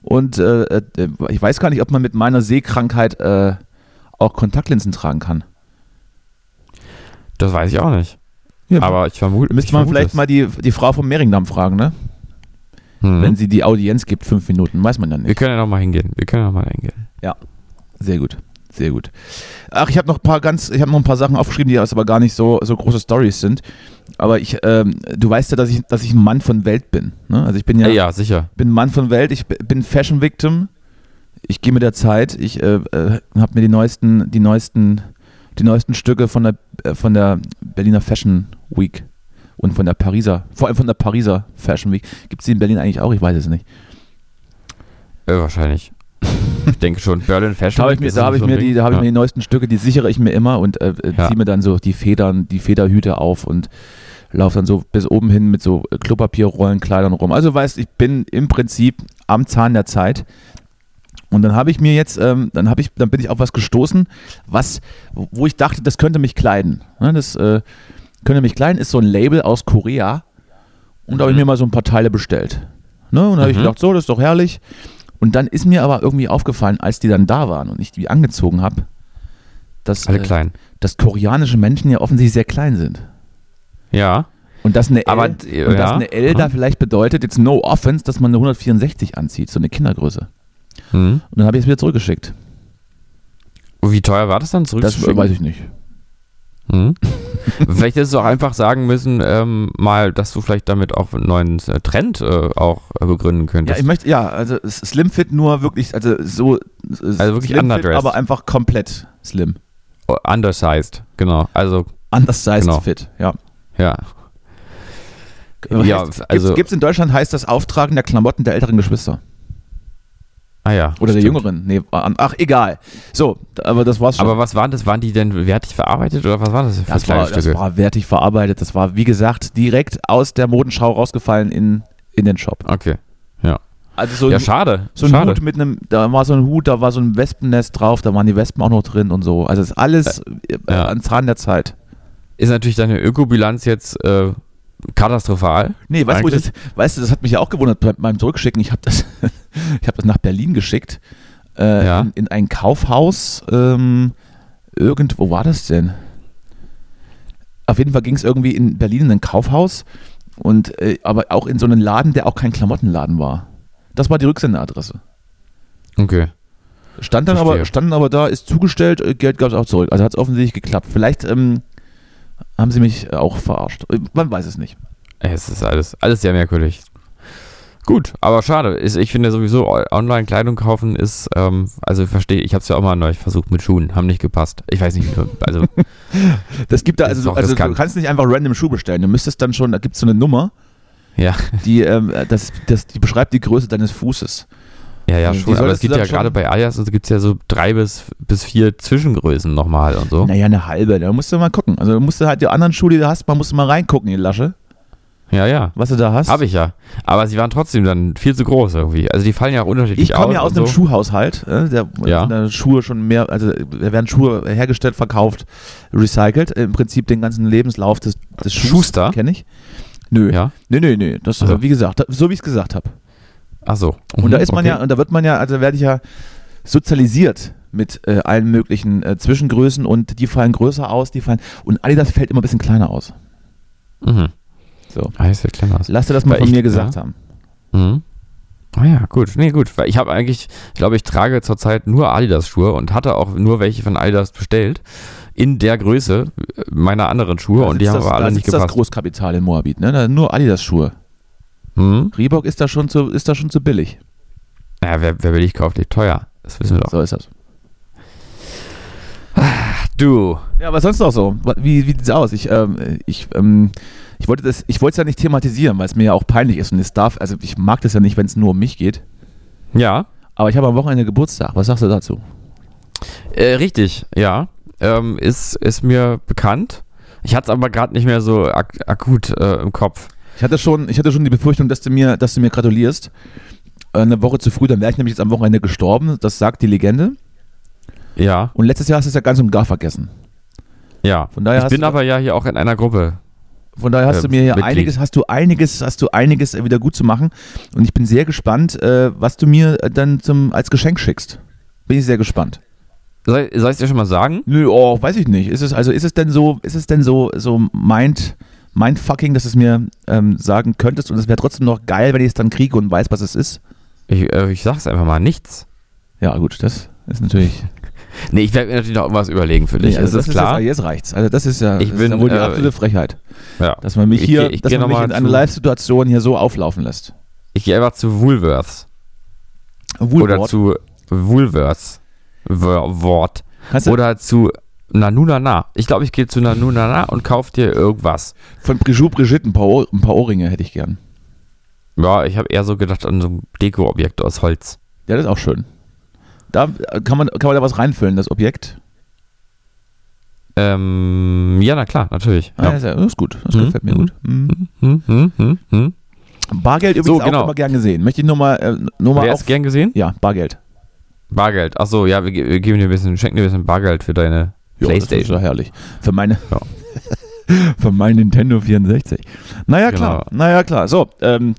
Speaker 4: und äh, äh, ich weiß gar nicht, ob man mit meiner Sehkrankheit äh, auch Kontaktlinsen tragen kann.
Speaker 5: Das weiß ich auch nicht.
Speaker 4: Ja,
Speaker 5: Aber ich vermute. ich
Speaker 4: müsste man
Speaker 5: vermute
Speaker 4: vielleicht
Speaker 5: es.
Speaker 4: mal die, die Frau vom Meringdamm fragen, ne?
Speaker 5: Mhm.
Speaker 4: Wenn sie die Audienz gibt, fünf Minuten, weiß man ja
Speaker 5: Wir
Speaker 4: nicht.
Speaker 5: können ja noch mal hingehen. Wir können ja noch mal hingehen.
Speaker 4: Sehr gut, sehr gut. Ach, ich habe noch ein paar ganz, ich habe noch ein paar Sachen aufgeschrieben, die jetzt aber gar nicht so, so große Stories sind. Aber ich, ähm, du weißt ja, dass ich, dass ich ein Mann von Welt bin. Ne? Also ich bin ja,
Speaker 5: Äh, Ja, ja sicher.
Speaker 4: bin ein Mann von Welt, ich b- bin Fashion Victim. Ich gehe mit der Zeit. Ich äh, äh, habe mir die neuesten, die neuesten, die neuesten Stücke von der, äh, von der Berliner Fashion Week und von der Pariser, vor allem von der Pariser Fashion Week. Gibt es die in Berlin eigentlich auch? Ich weiß es nicht.
Speaker 5: Äh, wahrscheinlich. ich denke schon. Berlin Fashion.
Speaker 4: Da habe ich mir,
Speaker 5: Week,
Speaker 4: da
Speaker 5: das
Speaker 4: habe
Speaker 5: ist ne?
Speaker 4: ich
Speaker 5: so ein
Speaker 4: mir die,
Speaker 5: Ding.
Speaker 4: da habe ich
Speaker 5: Ja.
Speaker 4: mir die neuesten Stücke. Die sichere ich mir immer und äh, äh,
Speaker 5: Ja.
Speaker 4: ziehe mir dann so die Federn, die Federhüte auf und laufe dann so bis oben hin mit so äh, Klopapierrollen, Kleidern rum. Also weißt, ich bin im Prinzip am Zahn der Zeit. Und dann habe ich mir jetzt, ähm, dann habe ich, dann bin ich auf was gestoßen, was, wo ich dachte, das könnte mich kleiden. Ne, das äh, könnte mich kleiden, ist so ein Label aus Korea. Und da habe ich mir mal so ein paar Teile bestellt. Ne, und da habe ich
Speaker 5: Mhm.
Speaker 4: gedacht, so, das ist doch herrlich. Und dann ist mir aber irgendwie aufgefallen, als die dann da waren und ich die angezogen habe, dass,
Speaker 5: Alle
Speaker 4: äh,
Speaker 5: klein.
Speaker 4: dass koreanische Menschen ja offensichtlich sehr klein sind.
Speaker 5: Ja.
Speaker 4: Und dass eine L,
Speaker 5: Aber,
Speaker 4: und
Speaker 5: äh,
Speaker 4: dass
Speaker 5: ja.
Speaker 4: eine L da
Speaker 5: Mhm.
Speaker 4: vielleicht bedeutet, jetzt no offense, dass man eine 164 anzieht, so eine Kindergröße.
Speaker 5: Mhm.
Speaker 4: Und dann habe ich es wieder zurückgeschickt.
Speaker 5: Und Wie teuer war das dann zurück?
Speaker 4: Das weiß ich nicht. [LAUGHS]
Speaker 5: Mhm. vielleicht hättest du auch einfach sagen müssen, ähm, mal, dass du vielleicht damit auch einen neuen äh, Trend äh, auch äh,
Speaker 4: Ja,
Speaker 5: begründen könntest.
Speaker 4: ich möchte, ja, also s- Slim Fit nur wirklich, also so. Also
Speaker 5: wirklich
Speaker 4: slim fit,
Speaker 5: underdressed.
Speaker 4: aber einfach komplett slim.
Speaker 5: Oh, undersized, genau. Also,
Speaker 4: Undersized
Speaker 5: Genau.
Speaker 4: fit, ja.
Speaker 5: ja. Ja, also-
Speaker 4: also. Gibt es in Deutschland heißt das Auftragen der Klamotten der älteren Geschwister.
Speaker 5: Ah ja.
Speaker 4: Oder der
Speaker 5: stimmt.
Speaker 4: jüngeren. Nee, an- ach, egal. So, aber das war's schon.
Speaker 5: Aber was waren das? Waren die denn wertig verarbeitet oder was waren das für
Speaker 4: das,
Speaker 5: kleine
Speaker 4: war, das
Speaker 5: Stücke?
Speaker 4: war wertig verarbeitet. Das war, wie gesagt, direkt aus der Modenschau rausgefallen in, in den Shop.
Speaker 5: okay.
Speaker 4: Also so
Speaker 5: ja,
Speaker 4: ein,
Speaker 5: schade.
Speaker 4: so ein
Speaker 5: schade.
Speaker 4: Hut mit einem, da war so ein Hut, da war so ein Wespennest drauf, da waren die Wespen auch noch drin und so. Also das ist alles äh,
Speaker 5: ja.
Speaker 4: an Zahn der Zeit.
Speaker 5: Ist natürlich deine Ökobilanz jetzt äh, katastrophal.
Speaker 4: Nee, weißt, du, wo ich das,
Speaker 5: Eigentlich?
Speaker 4: weißt du, das hat mich ja auch gewundert bei meinem Zurückschicken. Ich habe das, [LAUGHS] ich hab das nach Berlin geschickt, äh,
Speaker 5: Ja.
Speaker 4: in, in ein Kaufhaus. Ähm, irgendwo war das denn? Auf jeden Fall ging es irgendwie in Berlin in ein Kaufhaus, und, äh, aber auch in so einen Laden, der auch kein Klamottenladen war. Das war die Rücksendeadresse.
Speaker 5: Okay.
Speaker 4: Stand dann,
Speaker 5: Verstehe.
Speaker 4: aber, stand dann aber da, ist zugestellt, äh, Geld gab es auch zurück. Also hat es offensichtlich geklappt. Vielleicht ähm, haben sie mich auch verarscht. Äh, Man weiß es nicht.
Speaker 5: Es ist alles, alles sehr merkwürdig. Gut, aber schade. Ist- Ich finde sowieso, o- online Kleidung kaufen ist, ähm, also verstehe, ich habe es ja auch mal neu versucht mit Schuhen, haben nicht gepasst. Ich weiß nicht,
Speaker 4: [LAUGHS]
Speaker 5: also
Speaker 4: Das gibt da,
Speaker 5: Das ist
Speaker 4: also,
Speaker 5: auch
Speaker 4: also du
Speaker 5: riskant.
Speaker 4: kannst nicht einfach random Schuh bestellen. Du müsstest dann schon, da gibt es so eine Nummer,
Speaker 5: ja, [LAUGHS]
Speaker 4: die, ähm, das, das, die beschreibt die Größe deines Fußes.
Speaker 5: ja, ja,
Speaker 4: Die
Speaker 5: Schuhe. Aber es
Speaker 4: solltest du
Speaker 5: gibt ja
Speaker 4: dann schon-
Speaker 5: gerade bei Alias, also gibt es ja so drei bis, bis vier Zwischengrößen nochmal und so.
Speaker 4: Naja, eine halbe. Da musst du mal gucken. Also musst du halt die anderen Schuhe, die du hast, mal musst du mal reingucken in die Lasche,
Speaker 5: Ja, ja.
Speaker 4: was du da hast.
Speaker 5: Habe ich ja. Aber sie waren trotzdem dann viel zu groß irgendwie. Also die fallen ja auch unterschiedlich
Speaker 4: Ich komme ja aus
Speaker 5: und
Speaker 4: einem
Speaker 5: so.
Speaker 4: Schuhhaushalt, äh, der,
Speaker 5: Ja.
Speaker 4: da Schuhe schon mehr, also da werden Schuhe hergestellt, verkauft, recycelt. Im Prinzip den ganzen Lebenslauf des, des Schuhs
Speaker 5: Schuster?
Speaker 4: kenne ich. Nö,
Speaker 5: Ja.
Speaker 4: nö, nö, nö. Das,
Speaker 5: Also.
Speaker 4: Wie gesagt, da- so wie ich es gesagt habe.
Speaker 5: Ach so. Mhm,
Speaker 4: Und da ist man
Speaker 5: okay.
Speaker 4: ja, und da wird man ja, also da werde ich ja sozialisiert mit äh, allen möglichen äh, Zwischengrößen und die fallen größer aus, die fallen. Und Adidas fällt immer ein bisschen kleiner aus.
Speaker 5: Mhm.
Speaker 4: So.
Speaker 5: Ah, ist ja kleiner aus.
Speaker 4: Lass dir das mal
Speaker 5: Weil
Speaker 4: von
Speaker 5: ich-
Speaker 4: mir gesagt haben.
Speaker 5: Mhm. Ah ja, gut. Nee, gut. Weil ich habe eigentlich, ich glaube, ich trage zurzeit nur Adidas-Schuhe und hatte auch nur welche von Adidas bestellt. In der Größe meiner anderen Schuhe
Speaker 4: Da
Speaker 5: und die
Speaker 4: sitzt
Speaker 5: haben
Speaker 4: Also das,
Speaker 5: aber alle
Speaker 4: da
Speaker 5: nicht
Speaker 4: sitzt das
Speaker 5: gepasst.
Speaker 4: Großkapital in Moabit, ne? Da, nur Adidas-Schuhe.
Speaker 5: Hm?
Speaker 4: Reebok ist da schon zu, ist da schon zu billig.
Speaker 5: Naja, wer, wer billig kauft, liegt teuer. Das wissen wir doch.
Speaker 4: So ist das.
Speaker 5: Du.
Speaker 4: Ja, was sonst noch so? Wa- Wie, wie sieht's aus? Ich, ähm, ich, ähm, ich wollte das, ich wollte es ja nicht thematisieren, weil es mir ja auch peinlich ist und es darf, also ich mag das ja nicht, wenn es nur um mich geht.
Speaker 5: Ja.
Speaker 4: Aber ich habe am Wochenende Geburtstag. Was sagst du dazu?
Speaker 5: Äh, richtig, ja. Ähm, ist, ist mir bekannt. Ich hatte es aber gerade nicht mehr so ak akut äh, im Kopf.
Speaker 4: Ich hatte schon, ich hatte schon die Befürchtung, dass du mir, dass du mir gratulierst. Äh, Eine Woche zu früh, dann wäre ich nämlich jetzt am Wochenende gestorben. Das sagt die Legende.
Speaker 5: Ja,
Speaker 4: Und letztes Jahr hast du es ja ganz und gar vergessen.
Speaker 5: ja.
Speaker 4: Von daher
Speaker 5: ich
Speaker 4: hast
Speaker 5: bin
Speaker 4: du-
Speaker 5: aber ja hier auch in einer Gruppe.
Speaker 4: Von daher hast
Speaker 5: Ähm,
Speaker 4: du mir hier
Speaker 5: Mitglied.
Speaker 4: einiges, hast du einiges, hast du einiges äh, wieder gut zu machen. Und ich bin sehr gespannt, äh, was du mir äh, dann zum, als Geschenk schickst. Bin ich sehr gespannt.
Speaker 5: Soll, soll ich dir schon mal sagen?
Speaker 4: Nö, oh, weiß ich nicht. Ist es, also ist es denn so, ist es denn so, so mind, mindfucking, dass du es mir ähm, sagen könntest und es wäre trotzdem noch geil, wenn ich es dann kriege und weiß, was es ist?
Speaker 5: Ich, äh, ich sag's einfach mal, nichts.
Speaker 4: Ja, gut, das ist natürlich.
Speaker 5: Nee, ich werde mir natürlich noch irgendwas überlegen für dich.
Speaker 4: Nee, also
Speaker 5: ist das, klar?
Speaker 4: Ist jetzt, jetzt reicht's. Also das ist ja,
Speaker 5: Ich
Speaker 4: das
Speaker 5: bin,
Speaker 4: ist ja wohl die
Speaker 5: äh,
Speaker 4: absolute
Speaker 5: ich-
Speaker 4: Frechheit,
Speaker 5: ja.
Speaker 4: dass man mich
Speaker 5: Ich
Speaker 4: hier,
Speaker 5: geh- ich
Speaker 4: dass
Speaker 5: geh
Speaker 4: man
Speaker 5: noch
Speaker 4: mich
Speaker 5: mal
Speaker 4: in eine
Speaker 5: zu-
Speaker 4: Live-Situation hier so auflaufen lässt.
Speaker 5: Ich gehe einfach zu Woolworths. Oder
Speaker 4: Woolworth.
Speaker 5: zu Woolworths. Wör- Wort.
Speaker 4: Kannst du
Speaker 5: Oder zu Nanunana. Ich glaube, ich gehe zu Nanunana und kauf dir irgendwas.
Speaker 4: von Brigitte Brigitte ein paar, Ohr, ein paar Ohrringe hätte ich gern.
Speaker 5: Ja, ich habe eher so gedacht an so ein Dekoobjekt aus Holz.
Speaker 4: Ja, das ist auch schön. Da äh, kann man, kann man da was reinfüllen, das Objekt.
Speaker 5: Ähm, ja, na klar, natürlich.
Speaker 4: Ah,
Speaker 5: Ja.
Speaker 4: ja. ist, ja, ist gut, das
Speaker 5: Mhm,
Speaker 4: gefällt mir
Speaker 5: mhm,
Speaker 4: gut. Mhm.
Speaker 5: Hm, hm, hm, hm.
Speaker 4: Bargeld übrigens
Speaker 5: So, genau.
Speaker 4: auch immer gern gesehen. Möchte ich nur mal, äh, nur mal
Speaker 5: Wer
Speaker 4: auf,
Speaker 5: ist gern gesehen?
Speaker 4: Ja, Bargeld.
Speaker 5: Bargeld. Achso, ja, wir, ge- wir geben dir ein bisschen, schenken dir ein bisschen Bargeld für deine
Speaker 4: Ja, Das ist
Speaker 5: Playstation.
Speaker 4: ja herrlich. Für meine, [LAUGHS] für mein Nintendo 64. Naja, klar. Naja, klar. So, ähm,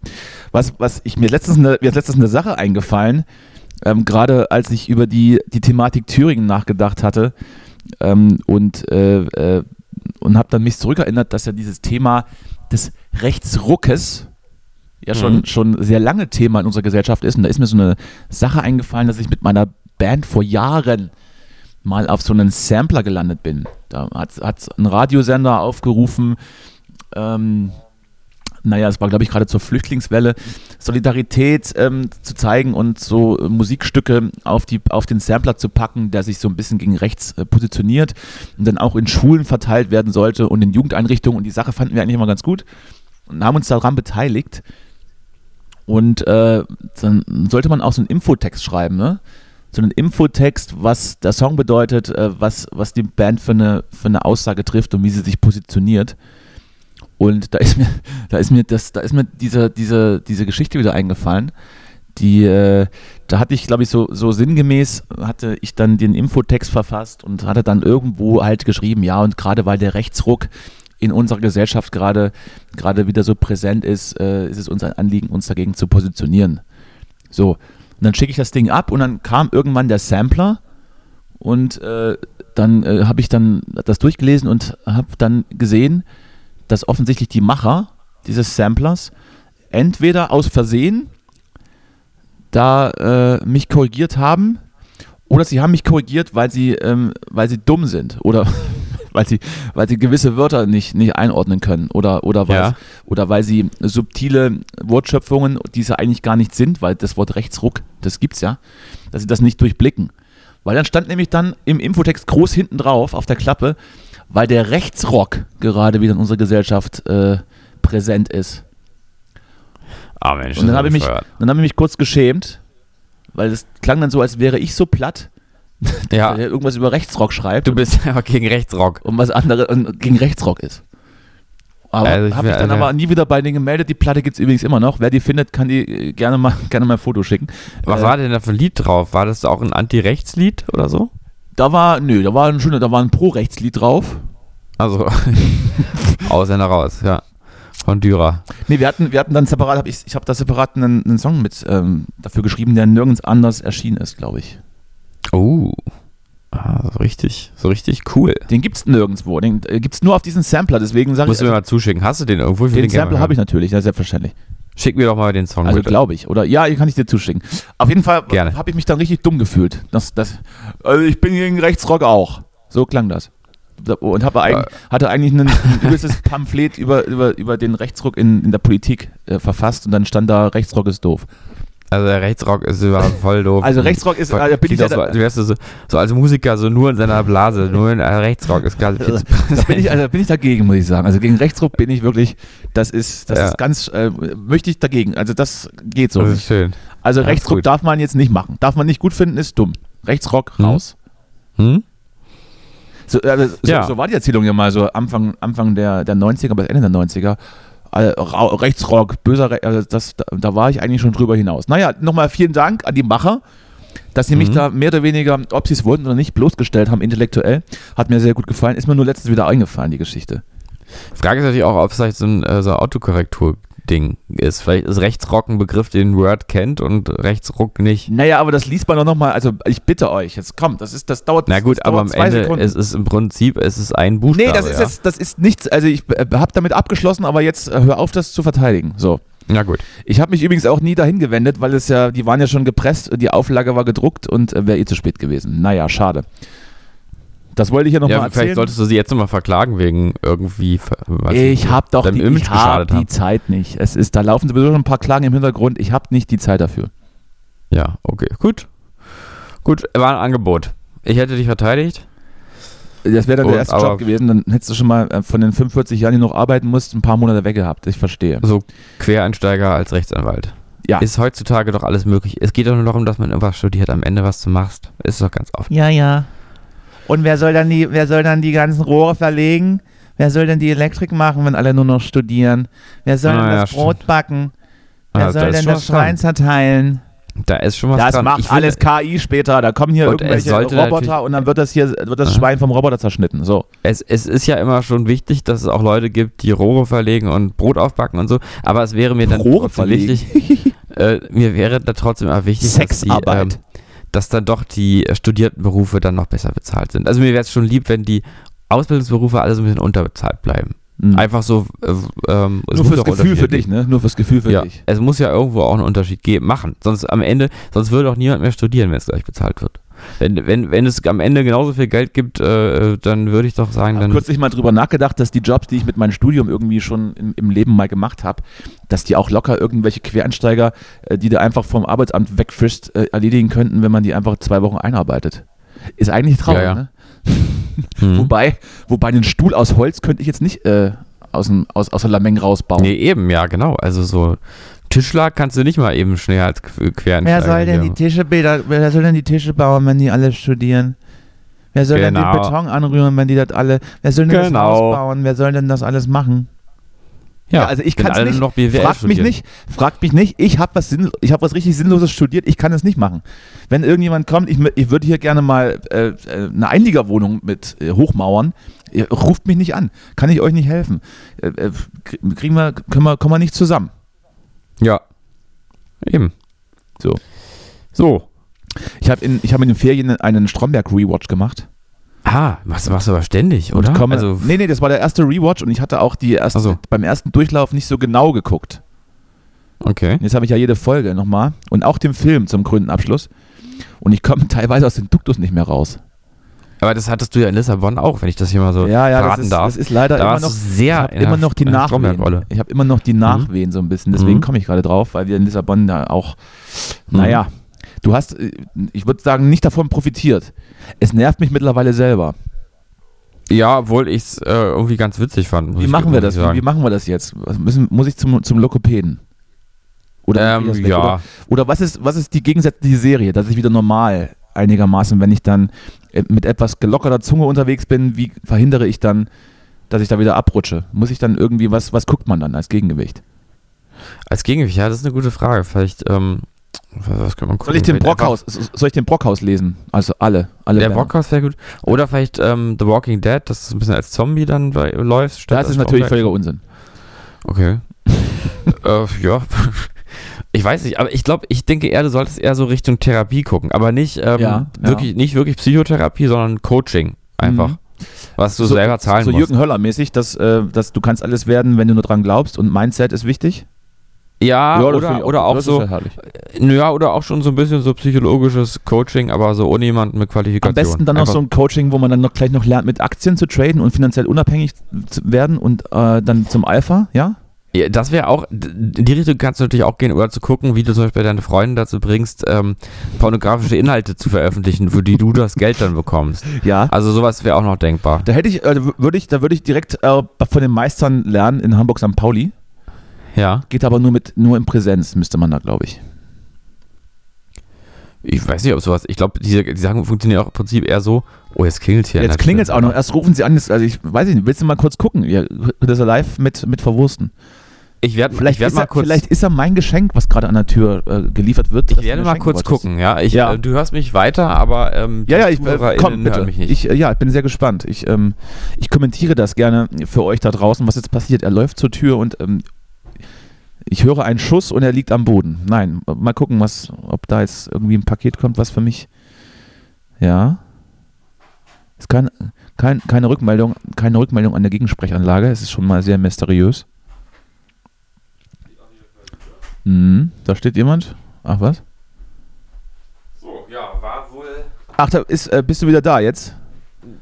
Speaker 4: was, was ich mir letztens eine, mir ist letztens eine Sache eingefallen, ähm, gerade als ich über die, die Thematik Thüringen nachgedacht hatte ähm, und, äh, äh, und habe dann mich zurückerinnert, dass ja dieses Thema des Rechtsruckes ja schon,
Speaker 5: Mhm.
Speaker 4: schon sehr lange Thema in unserer Gesellschaft ist. Und da ist mir so eine Sache eingefallen, dass ich mit meiner Band vor Jahren mal auf so einen Sampler gelandet bin. Da hat es ein Radiosender aufgerufen, ähm, naja, es war, glaube ich, gerade zur Flüchtlingswelle, Solidarität ähm, zu zeigen und so äh, Musikstücke auf, die, auf den Sampler zu packen, der sich so ein bisschen gegen rechts äh, positioniert und dann auch in Schulen verteilt werden sollte und in Jugendeinrichtungen. Und die Sache fanden wir eigentlich immer ganz gut und haben uns daran beteiligt. Und äh, dann sollte man auch so einen Infotext schreiben, ne? So einen Infotext, was der Song bedeutet, äh, was, was die Band für eine, für eine Aussage trifft und wie sie sich positioniert. Und da ist mir, da ist mir das, da ist mir diese, diese, diese Geschichte wieder eingefallen. Die, äh, da hatte ich, glaube ich, so, so sinngemäß hatte ich dann den Infotext verfasst und hatte dann irgendwo halt geschrieben, ja, und gerade weil der Rechtsruck in unserer Gesellschaft gerade, gerade wieder so präsent ist, äh, ist es uns ein Anliegen, uns dagegen zu positionieren. So. Und dann schicke ich das Ding ab und dann kam irgendwann der Sampler und äh, dann äh, habe ich dann das durchgelesen und habe dann gesehen, dass offensichtlich die Macher dieses Samplers entweder aus Versehen da äh, mich korrigiert haben oder [LAUGHS] sie haben mich korrigiert, weil sie, ähm, weil sie dumm sind oder weil sie, weil sie gewisse Wörter nicht, nicht einordnen können oder, oder, weil,
Speaker 5: Ja.
Speaker 4: oder weil sie subtile Wortschöpfungen, die es ja eigentlich gar nicht sind, weil das Wort Rechtsruck, das gibt's ja, dass sie das nicht durchblicken. Weil dann stand nämlich dann im Infotext groß hinten drauf auf der Klappe, weil der Rechtsrock gerade wieder in unserer Gesellschaft äh, präsent ist.
Speaker 5: Ah, Mensch.
Speaker 4: Und
Speaker 5: das
Speaker 4: dann
Speaker 5: ist
Speaker 4: habe ich mich, [LAUGHS]
Speaker 5: bescheuert.
Speaker 4: dann habe ich mich kurz geschämt, weil es klang dann so, als wäre ich so platt,
Speaker 5: Ja,
Speaker 4: der irgendwas über Rechtsrock schreibt
Speaker 5: du bist [LAUGHS] einfach gegen Rechtsrock.
Speaker 4: und was andere und gegen Rechtsrock ist. Aber
Speaker 5: Also ich
Speaker 4: habe mich
Speaker 5: wär-
Speaker 4: dann
Speaker 5: ja.
Speaker 4: aber nie wieder bei denen gemeldet. Die Platte gibt es übrigens immer noch. Wer die findet, kann die äh, gerne mal, [LAUGHS] gerne mal ein Foto schicken.
Speaker 5: Was
Speaker 4: Äh,
Speaker 5: war denn da für ein Lied drauf? War das auch ein Anti-Rechts-Lied oder so?
Speaker 4: Da war, nö, da war ein schöner, da war ein Pro-Rechtslied drauf.
Speaker 5: [LAUGHS] Also, Ausländer raus, ja. Von Dürer.
Speaker 4: Nee, wir hatten, wir hatten dann separat, hab ich, ich habe da separat einen, einen Song mit ähm, dafür geschrieben, der nirgends anders erschienen ist, glaube ich.
Speaker 5: Oh. Ah, so richtig, so richtig cool.
Speaker 4: Den gibt's nirgendwo. Den äh, gibt's nur auf diesen Sampler, deswegen sage ich.
Speaker 5: Musst du mir mal zuschicken. Hast du den irgendwo? Ich will
Speaker 4: Also, den
Speaker 5: gerne
Speaker 4: Sampler
Speaker 5: mal
Speaker 4: habe ich natürlich, ja, selbstverständlich.
Speaker 5: hören. Schick mir doch mal den Song.
Speaker 4: Also
Speaker 5: bitte.
Speaker 4: glaube ich, oder? Ja, hier kann ich dir zuschicken. Auf jeden Fall
Speaker 5: Gerne.
Speaker 4: habe ich mich dann richtig dumm gefühlt. Das, das, also ich bin gegen Rechtsrock auch. So klang das. Und habe eigentlich, hatte eigentlich ein, [LAUGHS] ein gewisses Pamphlet über, über, über den Rechtsruck in, in der Politik äh, verfasst und dann stand da, Rechtsrock ist doof.
Speaker 5: Also der Rechtsrock ist überhaupt voll doof.
Speaker 4: Also Rechtsrock ist-
Speaker 5: Voll-
Speaker 4: also bin ich
Speaker 5: Klingt
Speaker 4: ja
Speaker 5: auch so,
Speaker 4: da-
Speaker 5: als wärst du so, so als Musiker so nur in seiner Blase, nur in also Rechtsrock ist
Speaker 4: [LAUGHS]
Speaker 5: gerade viel zu
Speaker 4: Da bin ich, also bin ich dagegen, muss ich sagen. Also gegen Rechtsruck bin ich wirklich, das ist, das
Speaker 5: Ja.
Speaker 4: ist ganz, äh, möchte ich dagegen. Also das geht
Speaker 5: [LAUGHS]
Speaker 4: so.
Speaker 5: Das ist
Speaker 4: nicht.
Speaker 5: schön.
Speaker 4: Also
Speaker 5: Ja, ist
Speaker 4: Rechtsruck
Speaker 5: gut.
Speaker 4: darf man jetzt nicht machen. Darf man nicht gut finden, ist dumm. Rechtsrock
Speaker 5: Mhm.
Speaker 4: raus.
Speaker 5: Hm?
Speaker 4: So, äh, so,
Speaker 5: Ja.
Speaker 4: so war die Erzählung ja mal so Anfang, Anfang der, der 90er, bis Ende der 90er. Äh, Ra Rechtsrock, böser Re also das, da, da war ich eigentlich schon drüber hinaus. Naja, nochmal vielen Dank an die Macher, dass sie
Speaker 5: Mhm.
Speaker 4: mich da mehr oder weniger, ob sie es wollten oder nicht, bloßgestellt haben, intellektuell. Hat mir sehr gut gefallen. Ist mir nur letztens wieder eingefallen, die Geschichte.
Speaker 5: Frage ist natürlich auch, ob es vielleicht so ein, äh, so ein Autokorrektur-Ding ist. Vielleicht ist Rechtsrock ein Begriff, den Word kennt und Rechtsruck nicht.
Speaker 4: Naja, aber das liest man doch nochmal. Also ich bitte euch, jetzt kommt, das ist, das dauert
Speaker 5: Na gut,
Speaker 4: das
Speaker 5: aber
Speaker 4: dauert
Speaker 5: am
Speaker 4: zwei
Speaker 5: Ende
Speaker 4: Sekunden.
Speaker 5: es ist im Prinzip es ist ein Buchstabe.
Speaker 4: Nee, das ist
Speaker 5: ja?
Speaker 4: jetzt, das ist nichts. Also ich äh, habe damit abgeschlossen, aber jetzt äh, hör auf, das zu verteidigen. So.
Speaker 5: Na gut.
Speaker 4: Ich habe mich übrigens auch nie dahin gewendet, weil es ja, die waren ja schon gepresst, die Auflage war gedruckt und äh, wäre eh zu spät gewesen. Naja, schade. Das wollte ich ja
Speaker 5: Ja,
Speaker 4: nochmal
Speaker 5: vielleicht
Speaker 4: erzählen.
Speaker 5: solltest du sie jetzt nochmal verklagen wegen irgendwie. ver- was
Speaker 4: Ich habe doch
Speaker 5: deinem
Speaker 4: die,
Speaker 5: Image
Speaker 4: ich hab
Speaker 5: geschadet
Speaker 4: die
Speaker 5: hat.
Speaker 4: Zeit nicht. Es ist, da laufen sowieso schon ein paar Klagen im Hintergrund. Ich habe nicht die Zeit dafür.
Speaker 5: Ja, okay. Gut. Gut, war ein Angebot. Ich hätte dich verteidigt.
Speaker 4: Das wäre dann
Speaker 5: Und
Speaker 4: der erste
Speaker 5: aber-
Speaker 4: Job gewesen. Dann hättest du schon mal äh, von den 45 Jahren, die noch arbeiten musst, ein paar Monate weg gehabt. Ich verstehe.
Speaker 5: So Quereinsteiger als Rechtsanwalt.
Speaker 4: Ja.
Speaker 5: Ist heutzutage doch alles möglich. Es geht doch nur darum, dass man irgendwas studiert, am Ende was du machst. Ist doch ganz offen.
Speaker 6: Ja, ja. Und wer soll dann die, wer soll dann die ganzen Rohre verlegen? Wer soll denn die Elektrik machen, wenn alle nur noch studieren? Wer soll
Speaker 5: Ah,
Speaker 6: denn
Speaker 5: ja,
Speaker 6: das Brot backen? Wer
Speaker 5: Ah, da
Speaker 6: soll
Speaker 5: ist
Speaker 6: denn
Speaker 5: schon
Speaker 6: das
Speaker 5: was dran.
Speaker 6: Schwein zerteilen?
Speaker 5: Da ist schon was
Speaker 4: Das
Speaker 5: dran.
Speaker 4: macht
Speaker 5: Ich finde,
Speaker 4: alles KI später. Da kommen hier
Speaker 5: Und es
Speaker 4: irgendwelche
Speaker 5: sollte
Speaker 4: Roboter
Speaker 5: natürlich- Ah.
Speaker 4: und dann wird das hier wird das
Speaker 5: Aha.
Speaker 4: Schwein vom Roboter zerschnitten. So.
Speaker 5: Es, es ist ja immer schon wichtig, dass es auch Leute gibt, die Rohre verlegen und Brot aufbacken und so. Aber es wäre mir dann
Speaker 4: Rohre
Speaker 5: trotzdem
Speaker 4: verlegen. [LAUGHS]
Speaker 5: wichtig. äh, mir wäre da trotzdem auch wichtig,
Speaker 4: Sexarbeit.
Speaker 5: Dass, die, ähm, dass dann doch die äh, studierten Berufe dann noch besser bezahlt sind. Also mir wäre es schon lieb, wenn die Ausbildungsberufe alle so ein bisschen unterbezahlt bleiben.
Speaker 4: Mhm.
Speaker 5: Einfach so. Äh, ähm, es
Speaker 4: Nur fürs
Speaker 5: muss doch
Speaker 4: Gefühl
Speaker 5: Unterschiede
Speaker 4: für dich, ne? Nur fürs Gefühl für
Speaker 5: ja,
Speaker 4: dich.
Speaker 5: es muss ja irgendwo auch einen Unterschied geben, machen. Sonst am Ende, sonst würde auch niemand mehr studieren, wenn es gleich bezahlt wird. Wenn, wenn, wenn es am Ende genauso viel Geld gibt, äh, dann würde ich doch
Speaker 4: Ich
Speaker 5: sagen,
Speaker 4: habe
Speaker 5: dann.
Speaker 4: kürzlich mal drüber nachgedacht, dass die Jobs, die ich mit meinem Studium irgendwie schon im, im Leben mal gemacht habe, dass die auch locker irgendwelche Quereinsteiger, äh, die du einfach vom Arbeitsamt wegfrischst, äh, erledigen könnten, wenn man die einfach zwei Wochen einarbeitet. Ist eigentlich traurig,
Speaker 5: Ja, ja.
Speaker 4: ne?
Speaker 5: Hm.
Speaker 4: Wobei, wobei einen Stuhl aus Holz könnte ich jetzt nicht äh, aus, dem, aus, aus der Lameng rausbauen.
Speaker 5: Nee, eben, ja, genau. Also so Tischler kannst du nicht mal eben schneller als Qu- äh, Quereinsteiger.
Speaker 6: Wer soll denn die
Speaker 5: hier.
Speaker 6: Tische bilder- wer soll denn die Tische bauen, wenn die alle studieren? Wer soll denn den
Speaker 5: Genau.
Speaker 6: Beton anrühren, wenn die das alle? Wer soll denn das
Speaker 5: Genau.
Speaker 6: Haus bauen? Wer soll denn das alles machen?
Speaker 5: ja,
Speaker 4: Ja, also ich
Speaker 5: wenn
Speaker 4: kann's
Speaker 5: alle
Speaker 4: nicht.
Speaker 5: nur Noch BWL
Speaker 4: Fragt mich
Speaker 5: studieren.
Speaker 4: nicht, fragt mich nicht, ich habe was, Sinnlo- ich hab was richtig Sinnloses studiert, ich kann das nicht machen. Wenn irgendjemand kommt, ich, mö- ich würde hier gerne mal äh, äh, eine Einliegerwohnung mit äh, Hochmauern, ihr ruft mich nicht an, kann ich euch nicht helfen. Äh, äh, krie- kriegen wir, können wir, kommen wir nicht zusammen.
Speaker 5: Ja. Eben.
Speaker 4: So.
Speaker 5: So.
Speaker 4: Ich habe in, ich hab in den Ferien einen Stromberg-Rewatch gemacht.
Speaker 5: Ah, machst, machst du aber ständig, oder?
Speaker 4: Ich komme,
Speaker 5: also,
Speaker 4: nee, nee, das war der erste Rewatch und ich hatte auch die erste,
Speaker 5: Ach so.
Speaker 4: beim ersten Durchlauf nicht so genau geguckt.
Speaker 5: okay.
Speaker 4: Und Jetzt habe ich ja jede Folge nochmal [LAUGHS] und auch den Film zum grünen Abschluss. Und ich komme teilweise aus den Duktus nicht mehr raus.
Speaker 5: Aber das hattest du ja in Lissabon auch, wenn ich das hier mal so
Speaker 4: ja, ja, das
Speaker 5: verraten
Speaker 4: ist,
Speaker 5: darf.
Speaker 4: das ist leider
Speaker 5: da
Speaker 4: immer
Speaker 5: warst
Speaker 4: noch
Speaker 5: du sehr
Speaker 4: ich habe immer noch die
Speaker 5: in der
Speaker 4: Nachwehen.
Speaker 5: Stromberg-Rolle.
Speaker 4: Ich habe immer noch die Nachwehen so ein bisschen. Deswegen
Speaker 5: Mhm.
Speaker 4: komme ich gerade drauf, weil wir in Lissabon da auch, naja, du hast, äh, ich würde sagen, nicht davon profitiert. Es nervt mich mittlerweile selber.
Speaker 5: Ja, obwohl ich es äh, irgendwie ganz witzig fand. muss
Speaker 4: Wie
Speaker 5: ich-
Speaker 4: machen wir
Speaker 5: muss
Speaker 4: das?
Speaker 5: ich
Speaker 4: Wie,
Speaker 5: sagen.
Speaker 4: wie machen wir das jetzt? Was müssen, muss ich zum, zum Lokopäden? Oder,
Speaker 5: Ähm,
Speaker 4: krieg ich das weg?
Speaker 5: ja.
Speaker 4: oder, oder was ist, was ist die gegensätzliche Serie? Dass ich wieder normal einigermaßen, wenn ich dann äh, mit etwas gelockerter Zunge unterwegs bin, wie verhindere ich dann, dass ich da wieder abrutsche? Muss ich dann irgendwie, was, was guckt man dann als Gegengewicht?
Speaker 5: Als Gegengewicht, ja, das ist eine gute Frage. Vielleicht, ähm, was, was kann man gucken?
Speaker 4: Soll ich den
Speaker 5: Vielleicht einfach-
Speaker 4: Brockhaus, so- soll ich den Brockhaus lesen? Also alle, alle.
Speaker 5: Der
Speaker 4: Bänder.
Speaker 5: Brockhaus wäre gut. Oder vielleicht ähm, The Walking Dead, dass du ein bisschen als Zombie dann bei, läufst. statt
Speaker 4: das ist
Speaker 5: als
Speaker 4: natürlich
Speaker 5: Zombie.
Speaker 4: völliger Unsinn.
Speaker 5: Okay. [LAUGHS] äh, ja. Ich weiß nicht, aber ich glaube, ich denke eher, du solltest eher so Richtung Therapie gucken. Aber nicht, ähm,
Speaker 4: Ja,
Speaker 5: wirklich, nicht wirklich Psychotherapie, sondern Coaching einfach.
Speaker 4: Mhm.
Speaker 5: Was du selber zahlen
Speaker 4: so
Speaker 5: musst.
Speaker 4: Jürgen Höller mäßig, dass, äh, dass du kannst alles werden, wenn du nur dran glaubst und Mindset ist wichtig.
Speaker 5: Ja,
Speaker 4: das
Speaker 5: Ah, oder,
Speaker 4: finde ich
Speaker 5: oder
Speaker 4: gut.
Speaker 5: auch
Speaker 4: Das
Speaker 5: so,
Speaker 4: Ist ja herrlich.
Speaker 5: ja, oder auch schon so ein bisschen so psychologisches Coaching, aber so ohne jemanden mit Qualifikation.
Speaker 4: Am besten dann noch
Speaker 5: Einfach-
Speaker 4: so ein Coaching, wo man dann noch gleich noch lernt, mit Aktien zu traden und finanziell unabhängig zu werden und äh, dann zum Alpha, ja?
Speaker 5: Ja, das wäre auch, d- in die Richtung kannst du natürlich auch gehen, oder zu gucken, wie du zum Beispiel deine Freunde dazu bringst, ähm, pornografische Inhalte zu veröffentlichen, für die du das Geld dann bekommst.
Speaker 4: Ja.
Speaker 5: Also sowas wäre auch noch denkbar.
Speaker 4: Da hätte ich, äh, würde ich, da würde ich direkt äh, von den Meistern lernen in Hamburg St. Pauli.
Speaker 5: Ja.
Speaker 4: Geht aber nur mit, nur in Präsenz müsste man da, glaube ich.
Speaker 5: Ich weiß nicht, ob sowas, ich glaube, diese, die Sachen funktionieren auch im Prinzip eher so, oh, jetzt klingelt hier.
Speaker 4: Jetzt klingelt es auch noch. Erst rufen sie an. Jetzt, also ich weiß nicht, willst du mal kurz gucken? Ja, das ist live mit, mit Verwursten.
Speaker 5: Ich werde
Speaker 4: Vielleicht,
Speaker 5: ich werd
Speaker 4: ist
Speaker 5: mal
Speaker 4: er,
Speaker 5: kurz,
Speaker 4: vielleicht ist er mein Geschenk, was gerade an der Tür äh, geliefert wird.
Speaker 5: ich werde mal kurz gucken, ja. Ich,
Speaker 4: Ja.
Speaker 5: Äh, du hörst mich weiter, aber ähm,
Speaker 4: Ja, ja,
Speaker 5: die
Speaker 4: ich, äh,
Speaker 5: ZuhörerInnen
Speaker 4: komm,
Speaker 5: hören
Speaker 4: bitte.
Speaker 5: mich nicht.
Speaker 4: Ich, äh, ja, ich bin sehr gespannt. Ich, ähm, ich kommentiere das gerne für euch da draußen, was jetzt passiert. Er läuft zur Tür und ähm, ich höre einen Schuss und er liegt am Boden. Nein, äh, mal gucken, was, ob da jetzt irgendwie ein Paket kommt, was für mich. Ja. Ist kein, kein, keine, Rückmeldung, keine Rückmeldung an der Gegensprechanlage. Es ist schon mal sehr mysteriös. Hm, da steht jemand. Ach was?
Speaker 5: so, ja, war wohl.
Speaker 4: Ach, da ist, äh, bist du wieder da jetzt?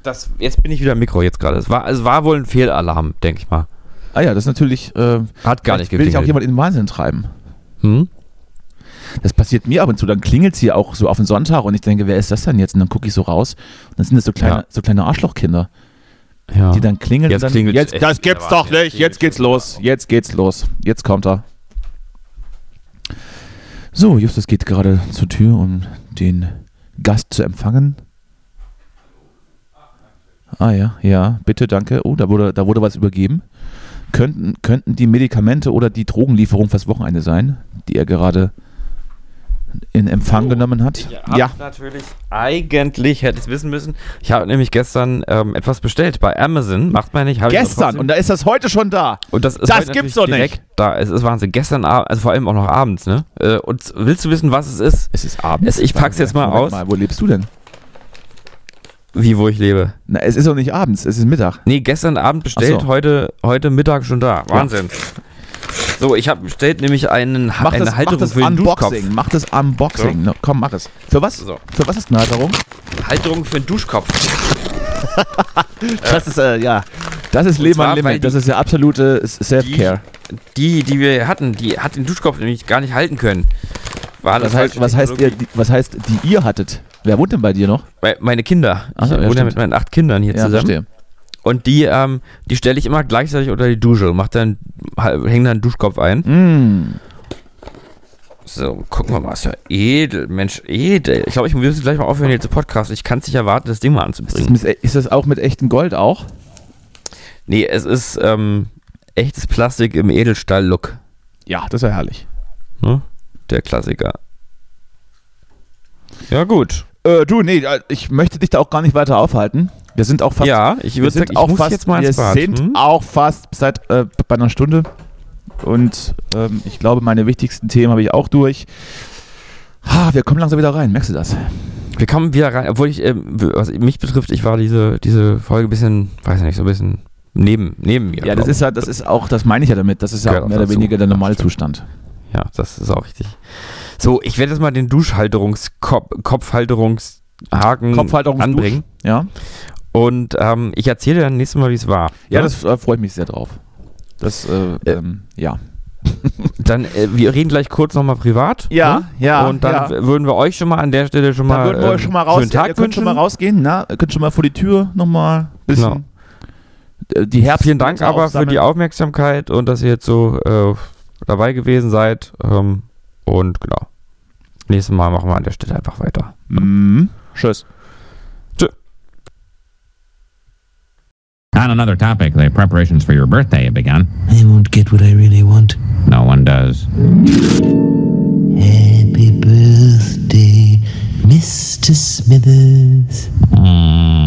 Speaker 5: Das, jetzt bin ich wieder im Mikro jetzt gerade. Es war, es war wohl ein Fehlalarm, denke ich mal.
Speaker 4: Ah ja, das ist natürlich. Äh,
Speaker 5: Hat gar nicht
Speaker 4: Vielleicht Will ich auch
Speaker 5: geklingelt.
Speaker 4: jemand in den Wahnsinn treiben?
Speaker 5: Hm?
Speaker 4: Das passiert mir ab und zu. Dann klingelt es hier auch so auf den Sonntag und ich denke, wer ist das denn jetzt? Und dann gucke ich so raus und dann sind das so kleine,
Speaker 5: Ja.
Speaker 4: so kleine Arschlochkinder,
Speaker 5: Ja.
Speaker 4: die dann klingeln. und
Speaker 5: Jetzt
Speaker 4: dann,
Speaker 5: klingelt's
Speaker 4: jetzt,
Speaker 5: echt.
Speaker 4: Das gibt's doch
Speaker 5: Jetzt
Speaker 4: nicht. Jetzt geht's
Speaker 5: klingelt's
Speaker 4: los. Jetzt geht's los. Jetzt kommt er. So, Justus geht gerade zur Tür, um den Gast zu empfangen. Ah ja, ja, bitte, danke. Oh, da wurde, da wurde was übergeben. Könnten, könnten die Medikamente oder die Drogenlieferung fürs Wochenende sein, die er gerade in Empfang genommen hat?
Speaker 5: Ich ja. natürlich eigentlich hätte es wissen müssen. Ich habe nämlich gestern ähm, etwas bestellt bei Amazon. Macht man nicht. hab ich aber
Speaker 4: Gestern,
Speaker 5: trotzdem-
Speaker 4: und da ist das heute schon da.
Speaker 5: und das ist
Speaker 4: das
Speaker 5: heute
Speaker 4: gibt's
Speaker 5: natürlich
Speaker 4: doch
Speaker 5: direkt
Speaker 4: nicht.
Speaker 5: Da es ist Wahnsinn. Gestern Abend, also vor allem auch noch abends, ne? Äh, Und willst du wissen, was es ist?
Speaker 4: Es ist abends.
Speaker 5: Es- ich pack's jetzt mal
Speaker 4: Moment
Speaker 5: aus.
Speaker 4: Mal, wo lebst du denn?
Speaker 5: Wie wo ich lebe?
Speaker 4: Na, es ist doch nicht abends, es ist Mittag.
Speaker 5: Nee, gestern Abend bestellt,
Speaker 4: Ach so.
Speaker 5: heute heute Mittag schon da. Wahnsinn. So, ich habe bestellt nämlich einen
Speaker 4: Mach
Speaker 5: eine
Speaker 4: das,
Speaker 5: Halterung
Speaker 4: mach das
Speaker 5: für den Duschkopf.
Speaker 4: Unboxing. Mach das Unboxing.
Speaker 5: So.
Speaker 4: Na, komm, mach es. Für was?
Speaker 5: So. Äh,
Speaker 4: Für was ist eine Halterung?
Speaker 5: Halterung für den Duschkopf.
Speaker 4: Das ist, äh, ja. Das ist
Speaker 5: Und
Speaker 4: Leben
Speaker 5: zwar,
Speaker 4: am
Speaker 5: weil die-
Speaker 4: Limit. Das ist ja absolute S- Self-Care.
Speaker 5: Die, die wir hatten, die hat den Duschkopf nämlich gar nicht halten können. War
Speaker 4: Was
Speaker 5: das
Speaker 4: heißt, was, heißt ihr, die, was heißt, die ihr hattet? Wer wohnt denn bei dir noch?
Speaker 5: Weil Meine Kinder.
Speaker 4: Ach
Speaker 5: Ich
Speaker 4: so, ja,
Speaker 5: wohne ja
Speaker 4: stimmt.
Speaker 5: mit meinen acht Kindern hier zusammen. Und die, ähm, die stelle ich immer gleichzeitig unter die Dusche. Mach dann, häng dann einen Duschkopf ein. Hm.
Speaker 4: Mm.
Speaker 5: So, gucken wir mal. Ist ja edel, Mensch, edel. Ich glaube, ich muss gleich mal aufhören hier zu podcasten. Ich kann es nicht erwarten, das Ding mal
Speaker 4: Ist, das
Speaker 5: anzubringen.
Speaker 4: mit, ist das auch mit echtem Gold auch?
Speaker 5: Nee, es ist ähm, echtes Plastik im Edelstahl-Look.
Speaker 4: Ja, das ist ja herrlich.
Speaker 5: Ne? Der Klassiker. Ja, gut.
Speaker 4: Äh, du, nee, äh, ich möchte dich da auch gar nicht weiter aufhalten. Wir sind auch fast.
Speaker 5: ja, ich
Speaker 4: wir
Speaker 5: würde
Speaker 4: sind
Speaker 5: sagen, ich
Speaker 4: auch
Speaker 5: muss
Speaker 4: fast,
Speaker 5: jetzt mal
Speaker 4: wir
Speaker 5: ins Bad.
Speaker 4: sind
Speaker 5: hm?
Speaker 4: auch fast seit äh, bei einer Stunde. Und ähm, ich glaube, meine wichtigsten Themen habe ich auch durch. Ha, wir kommen langsam wieder rein, merkst du das?
Speaker 5: Wir kommen wieder rein, obwohl ich, ähm, was mich betrifft, ich war diese, diese Folge ein bisschen, weiß nicht, so ein bisschen neben, neben mir.
Speaker 4: Ja, das
Speaker 5: glaub
Speaker 4: ist ja, das ist auch, das meine ich ja damit. Das ist ja
Speaker 5: Gehört
Speaker 4: auch
Speaker 5: auch
Speaker 4: mehr oder
Speaker 5: genau. dazu.
Speaker 4: weniger der normale
Speaker 5: Stimmt.
Speaker 4: Zustand.
Speaker 5: ich. Ja, das ist auch richtig. So, ich werde jetzt mal den Duschhalterungskopfhalterungsdings Haken
Speaker 4: Kopfhalterungsdusche.
Speaker 5: Hm. anbringen.
Speaker 4: Ja,
Speaker 5: Und ähm, ich erzähle dir dann nächstes Mal, wie es war.
Speaker 4: ja das äh, freut mich sehr drauf. Das, äh, ähm, ja.
Speaker 5: Dann, äh, wir reden gleich kurz nochmal privat.
Speaker 4: Hm?
Speaker 6: Ja,
Speaker 5: ne?
Speaker 6: ja,
Speaker 5: Und dann
Speaker 6: ja.
Speaker 5: w- würden wir euch schon mal an der Stelle schon mal.
Speaker 6: Dann würden wir
Speaker 5: ähm,
Speaker 6: euch schon mal raus.
Speaker 5: Schönen Tag
Speaker 6: ihr könnt schon
Speaker 5: wünschen.
Speaker 6: mal rausgehen.
Speaker 4: Na, ihr könnt schon mal vor die Tür nochmal ein bisschen
Speaker 5: Genau.
Speaker 4: äh, die Herbst.
Speaker 5: Vielen Dank aber für
Speaker 4: aufsammeln.
Speaker 5: die Aufmerksamkeit und dass ihr jetzt so äh, dabei gewesen seid. Ähm, und genau. Nächstes Mal machen wir an der Stelle einfach weiter.
Speaker 4: Mhm. Tschüss.
Speaker 7: On another topic, the preparations for your birthday have begun.
Speaker 8: I won't get what I really want.
Speaker 7: No one does.
Speaker 8: Happy birthday, Mr. Smithers.
Speaker 7: Mm.